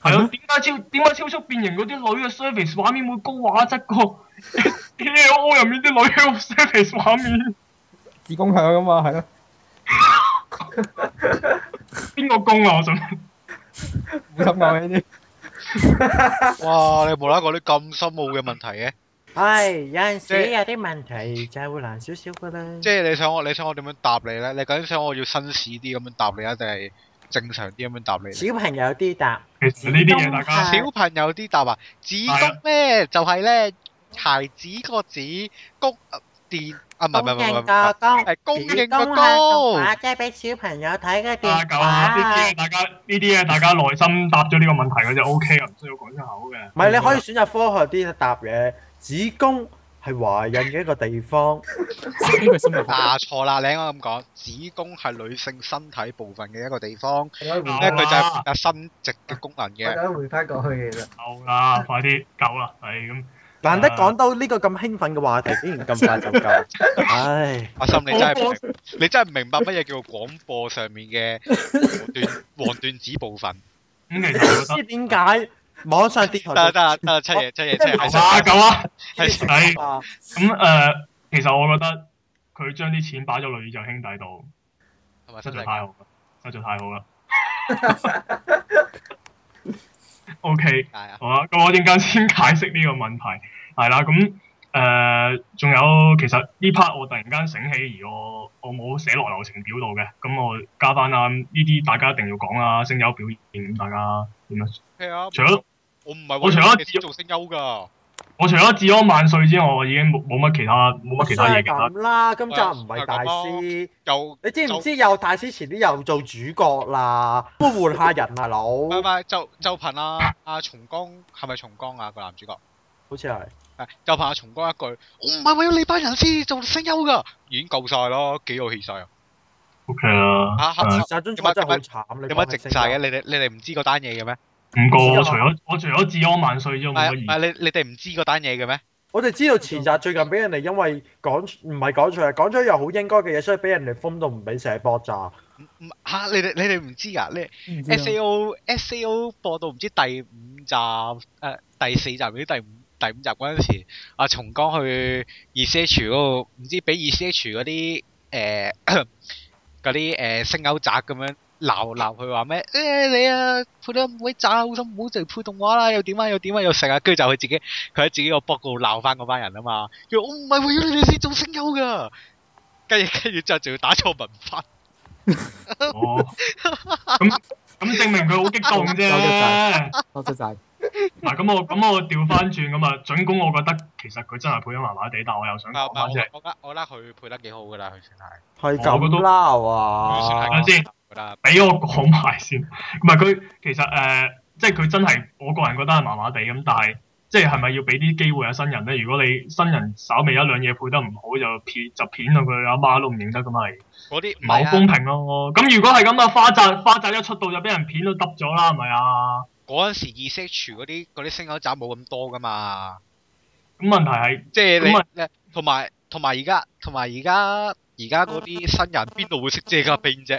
Speaker 1: 係啊，點解超點解超速變形嗰啲女嘅 service 畫面會高畫質過 A L O 入面啲女嘅 service 畫面？
Speaker 8: 子宮向啊嘛，係咯。
Speaker 1: 邊個公啊？我想問
Speaker 8: 冇心講呢啲，
Speaker 3: 哇！你無啦啦講啲咁深奧嘅問題嘅，
Speaker 6: 唉，有陣
Speaker 3: 即係
Speaker 6: 時有啲問題就會難少少噶啦。
Speaker 3: 即係你想我你想我點樣答你咧？你究竟想我要紳士啲咁樣答你啊，定係正常啲咁樣答你呢？
Speaker 6: 小朋友啲答，
Speaker 1: 其實呢啲嘢大
Speaker 6: 小
Speaker 1: 家
Speaker 3: 小朋友啲答啊，子宮咧就係啊咧孩子個子宮呃電啊，唔係唔係唔
Speaker 6: 供
Speaker 3: 係
Speaker 6: 應
Speaker 3: 唔係，
Speaker 6: 個供，
Speaker 3: 係供應個
Speaker 6: 供下動
Speaker 3: 高。
Speaker 6: 畫，即係俾小朋友睇嘅
Speaker 1: 啊
Speaker 6: 電
Speaker 1: 夠啦！呢啲嘢
Speaker 6: 話。
Speaker 1: 大家呢啲嘢大家內心答咗呢個問題，佢就 O K 啊啦，唔需要講出口嘅。
Speaker 2: 唔係你可以選擇科學啲答嘢，子宮係懷孕嘅一個地方。
Speaker 7: 呢個心理學。
Speaker 3: 啊錯啦，你應該咁講，子宮係女性身體部分嘅一個地方，
Speaker 4: 我哋
Speaker 1: 好
Speaker 3: 咧
Speaker 1: 啦
Speaker 3: 佢就係負責生殖嘅功能 嘅。
Speaker 4: 我哋回翻過去其實，
Speaker 1: 夠啦，快啲夠啦，係咁。
Speaker 2: 難得講到呢個咁興奮嘅話題，竟然咁快就夠，唉！
Speaker 3: 阿心，你真係唔明你真係唔明白乜嘢叫做廣播上面嘅黃段黃段子部分。
Speaker 1: 咁其
Speaker 2: 唔
Speaker 1: 實我覺
Speaker 2: 知點解網上電台
Speaker 3: 得啦
Speaker 2: 就
Speaker 3: 得啦得啦，七爺七爺七爺
Speaker 1: 得
Speaker 3: 係
Speaker 1: 夠啦，
Speaker 3: 想
Speaker 1: 夠啦。
Speaker 3: 係想
Speaker 1: 係
Speaker 2: 啊，
Speaker 1: 咁誒，其實我覺得佢將啲錢擺咗落宇宙兄弟度，
Speaker 3: 同埋
Speaker 1: 實
Speaker 3: 新
Speaker 1: 在太
Speaker 3: 世界
Speaker 1: 好啦，實在太好啦。O K，
Speaker 3: 啊！
Speaker 1: 好啦，咁我陣間先 解釋呢個問題，係啦，咁誒，仲、有其實呢 part 我突然間醒起，而我我冇寫落流程表度嘅，咁我加翻啦，呢啲大家一定要講啦，聲優表現咁大家點樣？
Speaker 3: 係啊，
Speaker 1: 除咗
Speaker 3: 我唔係
Speaker 1: 我
Speaker 3: 為
Speaker 1: 除咗
Speaker 3: 咗做聲優㗎，
Speaker 1: 我除咗治安萬歲之外，我已經冇冇乜其他冇啊乜其他
Speaker 2: 算
Speaker 1: 嘢
Speaker 2: 係
Speaker 1: 其他。
Speaker 2: 咁啦，今
Speaker 3: 啊
Speaker 2: 集唔係大師，
Speaker 3: 又
Speaker 2: 你知唔知又大師前啲又做主角啦？不過換下人啊，佬，
Speaker 3: 拜拜周周鵬啊，阿松江係咪松江啊個男主角？
Speaker 2: 好似係
Speaker 3: 係周鵬阿松江一句：我唔係為咗你班人先做聲優㗎，已經夠晒啦，幾有氣勢啊！
Speaker 1: O K 啦，
Speaker 3: 啊
Speaker 1: 誒
Speaker 2: 其實中國真係好慘，你
Speaker 3: 有乜
Speaker 2: 講
Speaker 3: 啊直
Speaker 2: 起
Speaker 3: 晒嘅？
Speaker 2: 聲
Speaker 3: 你哋你哋唔知嗰單嘢嘅咩？
Speaker 1: 唔過我除咗我除咗治安萬歲之外，
Speaker 3: 唔
Speaker 1: 冇
Speaker 3: 係
Speaker 1: 乜
Speaker 3: 唔
Speaker 1: 意。
Speaker 3: 係你你哋唔知嗰單嘢嘅咩？
Speaker 2: 我哋知道前集最近俾人哋因為講唔係講錯，係講咗一樣好應該嘅嘢，所以俾人哋封到唔俾射波咋。
Speaker 3: 唔嚇啊你哋你哋唔知㗎，你
Speaker 7: 唔知啊
Speaker 3: SAO SAO 播到唔知第五集誒、呃第四集或者第五第五集嗰陣時，阿松江去 ECH 嗰度，唔知俾 ECH 嗰啲誒 嗰啲誒聲優宅咁樣鬧鬧佢話咩？誒、你啊配得唔鬼渣，好心唔好淨配動畫啦，又點啊又點啊又成啊，跟住就佢自己佢喺自己個 blog 度鬧翻嗰班人啊嘛，佢話我唔係為咗你哋先做聲優㗎，跟住跟住之後仲要打錯文法。
Speaker 1: 哦，咁咁證明佢好激動 啫。
Speaker 7: 有嘅多謝晒。
Speaker 1: 嗱，咁我咁我調翻轉咁啊，準公我覺得其實佢真係配得麻麻地，但我又想
Speaker 3: 唔係
Speaker 1: 講翻
Speaker 3: 唔
Speaker 1: 即係
Speaker 3: 係，我我覺得我覺得佢配得幾好㗎啦，佢算係，
Speaker 2: 係
Speaker 1: 我覺
Speaker 2: 咁
Speaker 1: 得
Speaker 2: 啦，哇！
Speaker 1: 等
Speaker 3: 佢算
Speaker 1: 陣先
Speaker 3: 係我覺得。
Speaker 1: 俾我講埋先。唔係佢其實誒、呃即係佢真係我個人覺得係麻麻地咁，但係即係係咪要俾啲機會啊新人咧？如果你新人稍微一兩嘢配得唔好，就片就片到佢阿媽都唔認得咁係，
Speaker 3: 嗰啲唔
Speaker 1: 唔
Speaker 3: 啊
Speaker 1: 係好公平咯。咁如果係咁啊，花澤花澤一出道就俾人片到耷咗啦，係咪啊？
Speaker 3: 嗰陣時 ECH 嗰啲嗰啲聲優站冇咁多噶嘛，
Speaker 1: 咁問題係
Speaker 3: 即係
Speaker 1: 咁咪啊
Speaker 3: 你你同埋同埋而家同埋而家而家嗰
Speaker 1: 啊
Speaker 3: 啲新人邊度會識借架拼啫？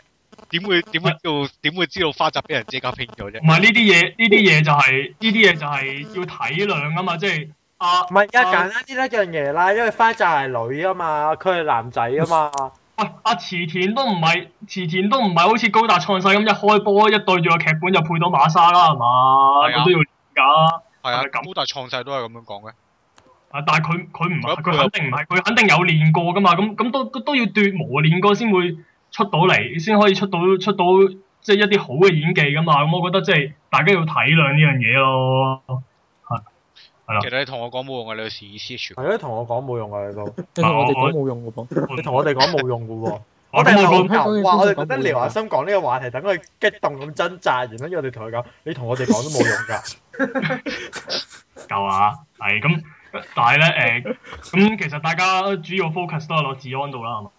Speaker 3: 點會點會知道點會知道花澤俾人借架拼咗啫
Speaker 1: 唔？係呢啲嘢，呢啲嘢就係呢啲嘢就係要體諒啊嘛，即係啊
Speaker 2: 唔係，因為簡單啲一樣嘢啦，因為花澤係女啊嘛，佢係男仔啊嘛，
Speaker 1: 喂阿池田都唔係池田都唔係好似高達創世咁一開波一對住個劇本就配到馬莎啦係嘛？
Speaker 3: 係啊
Speaker 1: 佢都要練㗎。
Speaker 3: 係啊，
Speaker 1: 係咁
Speaker 3: 高大創世都係咁樣講嘅。
Speaker 1: 啊！但係佢佢唔係，
Speaker 3: 佢
Speaker 1: 佢肯定唔係，佢肯定有練過噶嘛。咁咁都都要鍛磨練過先會出到嚟，先可以出到出到即係一啲好嘅演技噶嘛。咁我覺得即係大家要體諒呢樣嘢咯。啊
Speaker 3: 其實你同我講冇用嘅，你去試試全
Speaker 2: 係咯，同我講冇用啊，你都，
Speaker 7: 但係我哋講冇用嘅噃。
Speaker 2: 你同我哋講冇用嘅喎。
Speaker 1: 我
Speaker 2: 我
Speaker 1: 咁
Speaker 2: 哋
Speaker 1: 我
Speaker 2: 好
Speaker 1: 講
Speaker 7: 香港嘅
Speaker 2: 牛哇！
Speaker 7: 觀眾
Speaker 2: 我哋
Speaker 7: 講
Speaker 2: 覺得
Speaker 7: 冇
Speaker 2: 廖
Speaker 7: 用
Speaker 2: 華森講呢個話題，等佢激動咁掙扎，然後我哋同佢講：你同我哋講都冇用 㗎。
Speaker 1: 夠啊，係咁。但係咧誒，咁、其實大家主要 focus 都係落治安度啦，係嘛？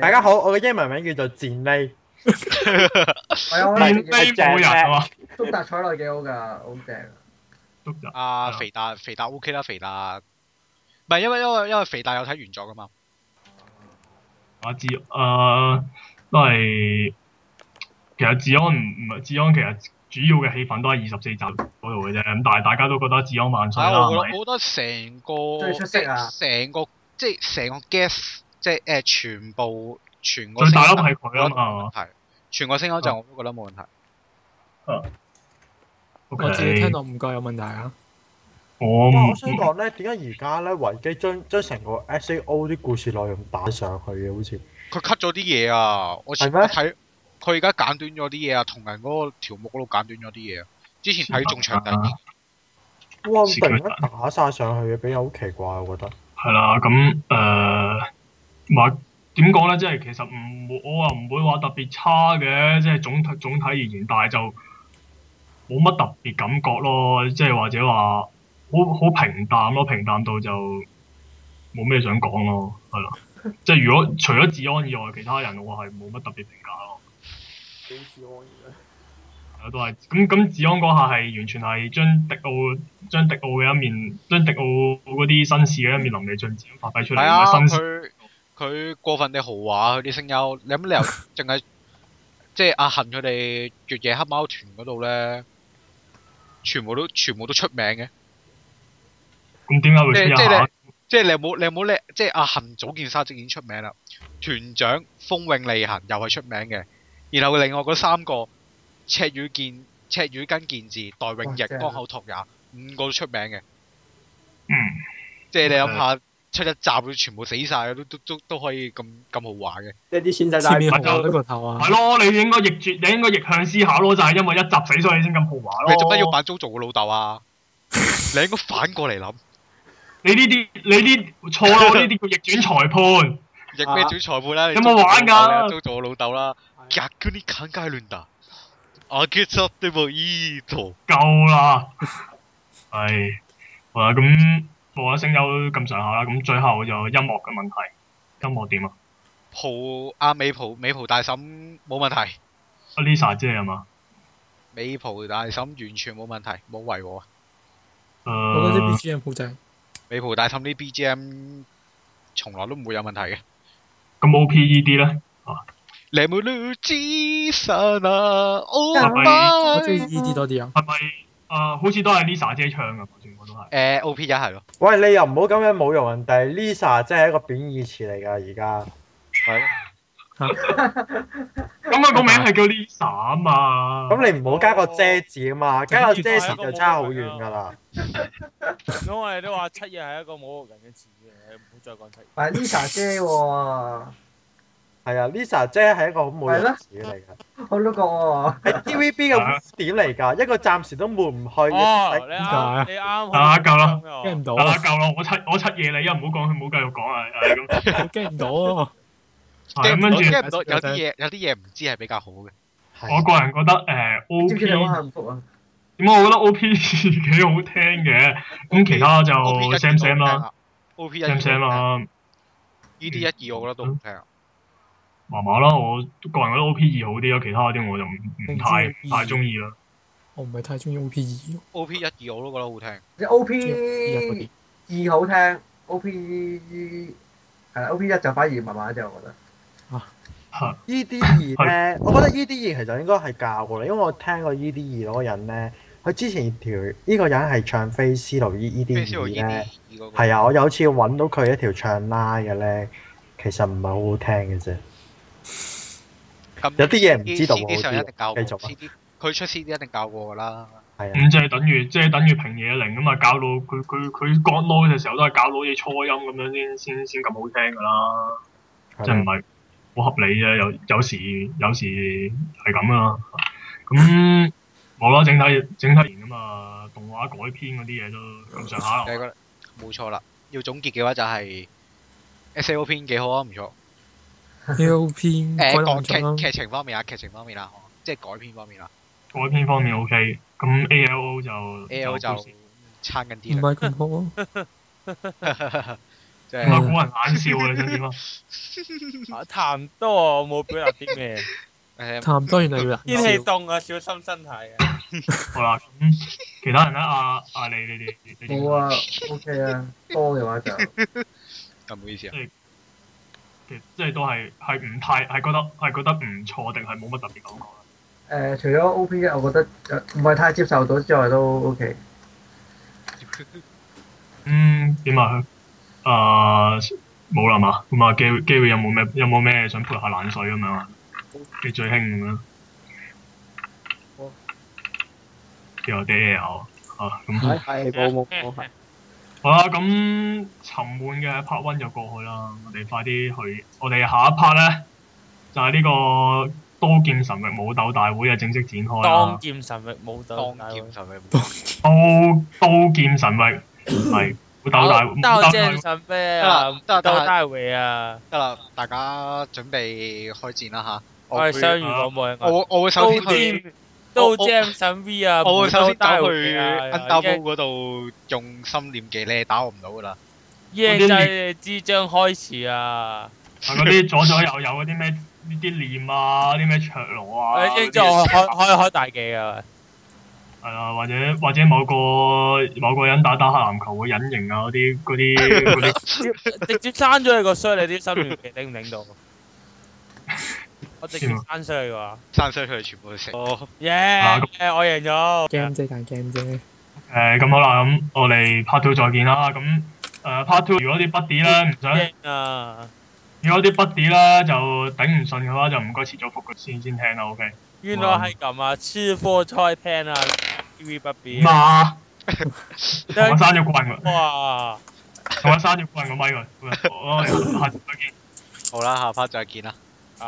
Speaker 2: 大家好，我嘅英文名叫做戰呢，
Speaker 4: 係啊，我
Speaker 1: 面
Speaker 4: 覺得
Speaker 1: 飛冇人啊嘛，
Speaker 4: 中達彩內幾好㗎，好正。
Speaker 1: 都得
Speaker 3: 啊
Speaker 1: 係啊
Speaker 3: 肥達肥達 OK 啦，肥達。唔係因為因為因為肥達有睇原作噶嘛，
Speaker 1: 啊治誒、呃都係其實治安唔唔係治安，其實主要嘅氣氛都係二十四集嗰度嘅啫。咁但係大家都覺得治安萬歲
Speaker 3: 係
Speaker 1: 啦，
Speaker 3: 啊，我
Speaker 1: 係
Speaker 3: 覺
Speaker 1: 咪
Speaker 3: 得？我覺得成個
Speaker 4: 最出色啊
Speaker 3: 即係成個即係成個 guess 即係誒全部全個
Speaker 1: 最大粒
Speaker 3: 聲音
Speaker 1: 係佢啊嘛啊
Speaker 3: 我覺得冇問題，全個聲音就我都覺得冇問題。
Speaker 7: 我自己聽
Speaker 1: OK，
Speaker 7: 落唔覺有問題啊。
Speaker 1: 我
Speaker 2: 哇！
Speaker 1: 唔
Speaker 2: 我想講咧，點解而家咧維基將將成個 S A O 啲故事內容打上去嘅，好似
Speaker 3: 佢 cut 咗啲嘢啊！我前
Speaker 2: 係咩
Speaker 3: 睇佢而家簡短咗啲嘢啊，同人嗰個條目嗰度簡短咗啲嘢啊。之前睇仲長啲，
Speaker 2: 哇！突然間打晒上去嘅，比較好奇怪，我覺得。
Speaker 1: 係啦，咁誒話點講咧？即係其實唔會我啊唔會話特別差嘅，即係總體總體而言，但係就冇乜特別感覺咯。即係或者話好好平淡咯，平淡到就冇咩想講咯，係啦。即係如果除咗治安以外，其他人我係冇乜特別評價咯。係啊都係咁咁，治安嗰下係完全係將迪奧將迪奧嘅一面，將迪奧嗰啲紳士嘅一面淋漓盡致咁發揮出嚟，
Speaker 3: 係啊，
Speaker 1: 唔係紳士
Speaker 3: 佢佢過分地豪華，佢啲聲優，你有乜理由淨係即係阿恒佢哋越野黑貓團嗰度咧，全部都全部都出名嘅，
Speaker 1: 咁點解會
Speaker 3: 即
Speaker 1: 飛
Speaker 3: 係即
Speaker 1: 下
Speaker 3: 係？你即係你有冇你有冇叻？即係阿啊恒早件沙織已經出名啦，團長風永利行又係出名嘅，然後另外嗰三個赤羽健、赤羽根健治、代
Speaker 4: 哇
Speaker 3: 永翼、
Speaker 4: 正啊
Speaker 3: 江口拓也五個都出名嘅。
Speaker 1: 嗯，
Speaker 3: 即係你諗下出一集佢全部死晒嘅，都都都都可以咁咁好玩嘅。
Speaker 4: 哦
Speaker 8: 即係啲錢仔
Speaker 7: 前
Speaker 8: 大
Speaker 7: 面
Speaker 1: 咪
Speaker 7: 紅
Speaker 1: 就
Speaker 7: 牛得個頭啊
Speaker 1: 係！咯，你應該逆轉，你應該逆向思考咯，就係因為一集死所以先咁豪華咯。
Speaker 3: 你做乜要扮 JoJo 嘅老豆 啊？你應該反過
Speaker 4: 啊
Speaker 3: 嚟諗，
Speaker 1: 你呢啲你呢啲錯 啦，我呢啲叫逆轉裁判。
Speaker 3: 逆咩轉裁判啦？
Speaker 1: 有冇玩㗎
Speaker 3: ？JoJo 嘅老豆啦，
Speaker 8: 係
Speaker 3: 夾嗰啲砍街亂打。我結束對部依圖，
Speaker 1: 夠啦，係好啦，咁冇啦，聲優咁上下啦，咁最後就音樂嘅問題，音樂點啊
Speaker 3: 蒲阿美蒲美蒲大嬸冇問題，
Speaker 1: 啊？Lisa 姐係嘛？
Speaker 3: 美蒲大嬸完全冇問題，冇違和啊。
Speaker 1: 誒、
Speaker 7: 我覺
Speaker 1: 啊
Speaker 7: 得啲 BGM 好正，
Speaker 3: 美蒲大嬸啲 BGM 從來都唔會有問題嘅。
Speaker 1: 咁 E OPED 咧？
Speaker 3: 你冇女之神啊，我
Speaker 1: 係
Speaker 7: 我中意 ED 多啲啊。
Speaker 1: 係咪誒？好似都係 Lisa 姐唱嘅，全部都係。
Speaker 3: 誒 O P 一係咯，
Speaker 2: 喂，你又唔好咁樣侮辱人哋，Lisa 真係一個貶義詞嚟㗎，而家。
Speaker 3: 係咯。
Speaker 1: 咁佢個名係叫 Lisa 啊嘛。
Speaker 2: 咁你唔好加個遮字啊嘛，加個遮字就差好遠㗎啦。
Speaker 5: 因為都話七日係一個侮辱人嘅詞嘅，你唔好再講七日。
Speaker 4: 但係 Lisa 姐喎，
Speaker 2: 係啊，Lisa 姐係一個好冇用嘅詞嚟㗎，
Speaker 4: 我都覺喎。
Speaker 2: 係 TVB 嘅污點嚟㗎，一個暫時都抹唔去
Speaker 5: 哦，
Speaker 2: 嘅。
Speaker 5: 你啱，你啱。
Speaker 1: 啊夠啦
Speaker 7: 驚唔
Speaker 5: 啦。
Speaker 7: 到
Speaker 1: 得啦，
Speaker 7: 啊！
Speaker 1: 夠啦，我七我七嘢你啊，唔好講，佢唔好繼續講啊，係咁。
Speaker 7: 我驚唔到啊！
Speaker 1: 係咁跟
Speaker 3: 我
Speaker 1: 住，
Speaker 3: 驚唔到有啲嘢，有啲嘢唔知係比較好嘅。
Speaker 1: 我個人覺得誒 O
Speaker 4: 知
Speaker 1: P，
Speaker 4: 唔知你好
Speaker 1: 點
Speaker 4: 幸福啊？
Speaker 1: 解我覺得 O P 幾好聽嘅？咁其他就 Sam Sam 啦
Speaker 3: ，O P 一
Speaker 1: ，Sam Sam，啦，
Speaker 3: 呢啲一二我覺得都唔聽。
Speaker 1: 麻麻啦，我個人覺得 O P 二好啲咯，其他嗰啲我就唔唔太
Speaker 7: 唔知
Speaker 1: 太中意啦。
Speaker 7: 我唔係太中意 OP 二
Speaker 3: O P 一二我都覺得好聽。
Speaker 4: 你 O
Speaker 7: 中意
Speaker 4: P
Speaker 7: 嗰啲。
Speaker 4: 二好聽，O P 係啦，O P 一就反而麻麻啫，我覺得。
Speaker 2: E D 二咧，我覺得 E D 二其實應該係教過你，因為我聽過 E D 二嗰個人咧，佢之前條呢個人係唱《菲斯路 E D
Speaker 3: 咩先
Speaker 2: 二
Speaker 3: 會
Speaker 2: 咧，
Speaker 3: 呢個？
Speaker 2: 係啊，我有次揾到佢一條唱拉嘅咧，其實唔係好好聽嘅啫。
Speaker 3: 咁
Speaker 2: 有啲嘢唔知道
Speaker 3: CD
Speaker 2: 喎
Speaker 3: 上一定教過
Speaker 2: 繼續啊
Speaker 3: CD 佢出 CD 一定教過㗎啦。
Speaker 2: 係啊，
Speaker 1: 咁即係等於即係等於平野零咁啊，搞到佢佢佢講 no 嘅時候都係搞到好似初音咁樣先先先咁好聽㗎啦，即係唔
Speaker 2: 係啊
Speaker 1: 係好合理啫？有有時有時係咁啦。咁冇啦，整體整體連咁啊，動畫改編嗰啲嘢都咁上下
Speaker 3: 你覺
Speaker 1: 啦。
Speaker 3: 得冇錯啦。要總結嘅話就係 S.O. 篇幾好啊，唔錯。
Speaker 7: U P
Speaker 3: 誒，
Speaker 7: 改
Speaker 3: 講
Speaker 7: 動咗
Speaker 3: 劇
Speaker 7: 啦，
Speaker 3: 劇情方面啊，劇情方面啦，即係改編方面啦。
Speaker 1: 改編方面 OK，咁 A L O 就
Speaker 3: A.O. 就
Speaker 1: 高少
Speaker 3: 撐緊
Speaker 7: 唔
Speaker 3: 啲啦，
Speaker 7: 係咁好 啊。
Speaker 3: 即
Speaker 1: 啊，
Speaker 3: 係
Speaker 1: 古人眼笑啊，你想點 啊？
Speaker 5: 啊談多我冇表達啲咩，
Speaker 3: 誒
Speaker 7: 差唔多原來要 人
Speaker 5: 天氣
Speaker 7: 笑
Speaker 5: 凍啊，小心身體啊。
Speaker 1: 好啦，咁其他人咧，阿阿你你哋你哋
Speaker 4: 冇啊，O K 啊，多嘅話就
Speaker 3: 咁唔好意思啊。
Speaker 1: 其實即係都係係唔太係覺得係覺得唔錯，定係冇乜特別感覺啊。
Speaker 4: 誒，除咗 O P 一，我覺得呃誒唔係太接受到之外都 O K。
Speaker 1: 嗯，點啊？啊冇啦嘛，咁啊機會機會有冇咩有冇咩想潑下冷水咁樣啊？你最興咁樣。有啲嘢有啊，咁
Speaker 8: 係係冇冇冇係。
Speaker 1: 好啦，咁沉悶嘅 part one 就過去啦，我哋快啲去，我哋下一 part 咧就係、呢個刀劍神域武鬥大會嘅正式展開啦
Speaker 5: 當。劍神域冇到，
Speaker 3: 當劍神域
Speaker 1: 刀刀劍神域係武鬥大武
Speaker 5: 到
Speaker 1: 鬥大
Speaker 5: 劍
Speaker 1: 會
Speaker 5: 神咩啊？
Speaker 3: 得啦
Speaker 5: 到
Speaker 3: 得啦得啦
Speaker 5: 大會啊！
Speaker 3: 得啦，大家準備開戰啦吓。
Speaker 5: 我
Speaker 3: 會
Speaker 5: 哋相遇嗰幕啊
Speaker 3: 我會我會首先
Speaker 5: 刀
Speaker 3: 去，
Speaker 5: 劍
Speaker 3: 我我
Speaker 5: 刀劍神 V 啊！
Speaker 3: 我會首先走去
Speaker 5: 到大
Speaker 3: Underworld
Speaker 5: 會啊
Speaker 3: 嗰度用心念技，你係打我唔到噶啦。
Speaker 5: 已經已經就係之章開始啊！
Speaker 1: 係嗰啲左左右右嗰啲咩呢啲念啊，啲咩卓羅啊，
Speaker 5: 已
Speaker 1: 嗰
Speaker 5: 經就開
Speaker 1: 啲
Speaker 5: 開開大忌啊！
Speaker 1: 係啊，或者或者某個某個人打打下籃球會隱形啊，嗰啲嗰 啲嗰啲
Speaker 5: 直直接刪咗你個衰，你啲心亂期頂唔頂到？我直接刪衰你個，
Speaker 3: 山水佢哋全部都食。哦，
Speaker 5: 耶！
Speaker 1: 啊
Speaker 5: 我贏咗。
Speaker 7: game 啫，但 game 啫。
Speaker 1: 誒咁好啦，咁我哋 part two 再見啦，咁。誒 part two 如果啲 buddy 咧唔想，
Speaker 5: 贏啊！
Speaker 1: 如果啲 buddy 咧就頂唔順嘅話，就唔該遲早復佢先先聽啦，OK？
Speaker 5: 原來係咁啊！吃貨菜聽啊，TV 不變
Speaker 1: 咁。啊，同我刪咗個人喎，
Speaker 5: 哇！
Speaker 1: 同我刪咗個人個咪喎，好啦我哋下次再見。
Speaker 3: 好啦，下 part 再見啦。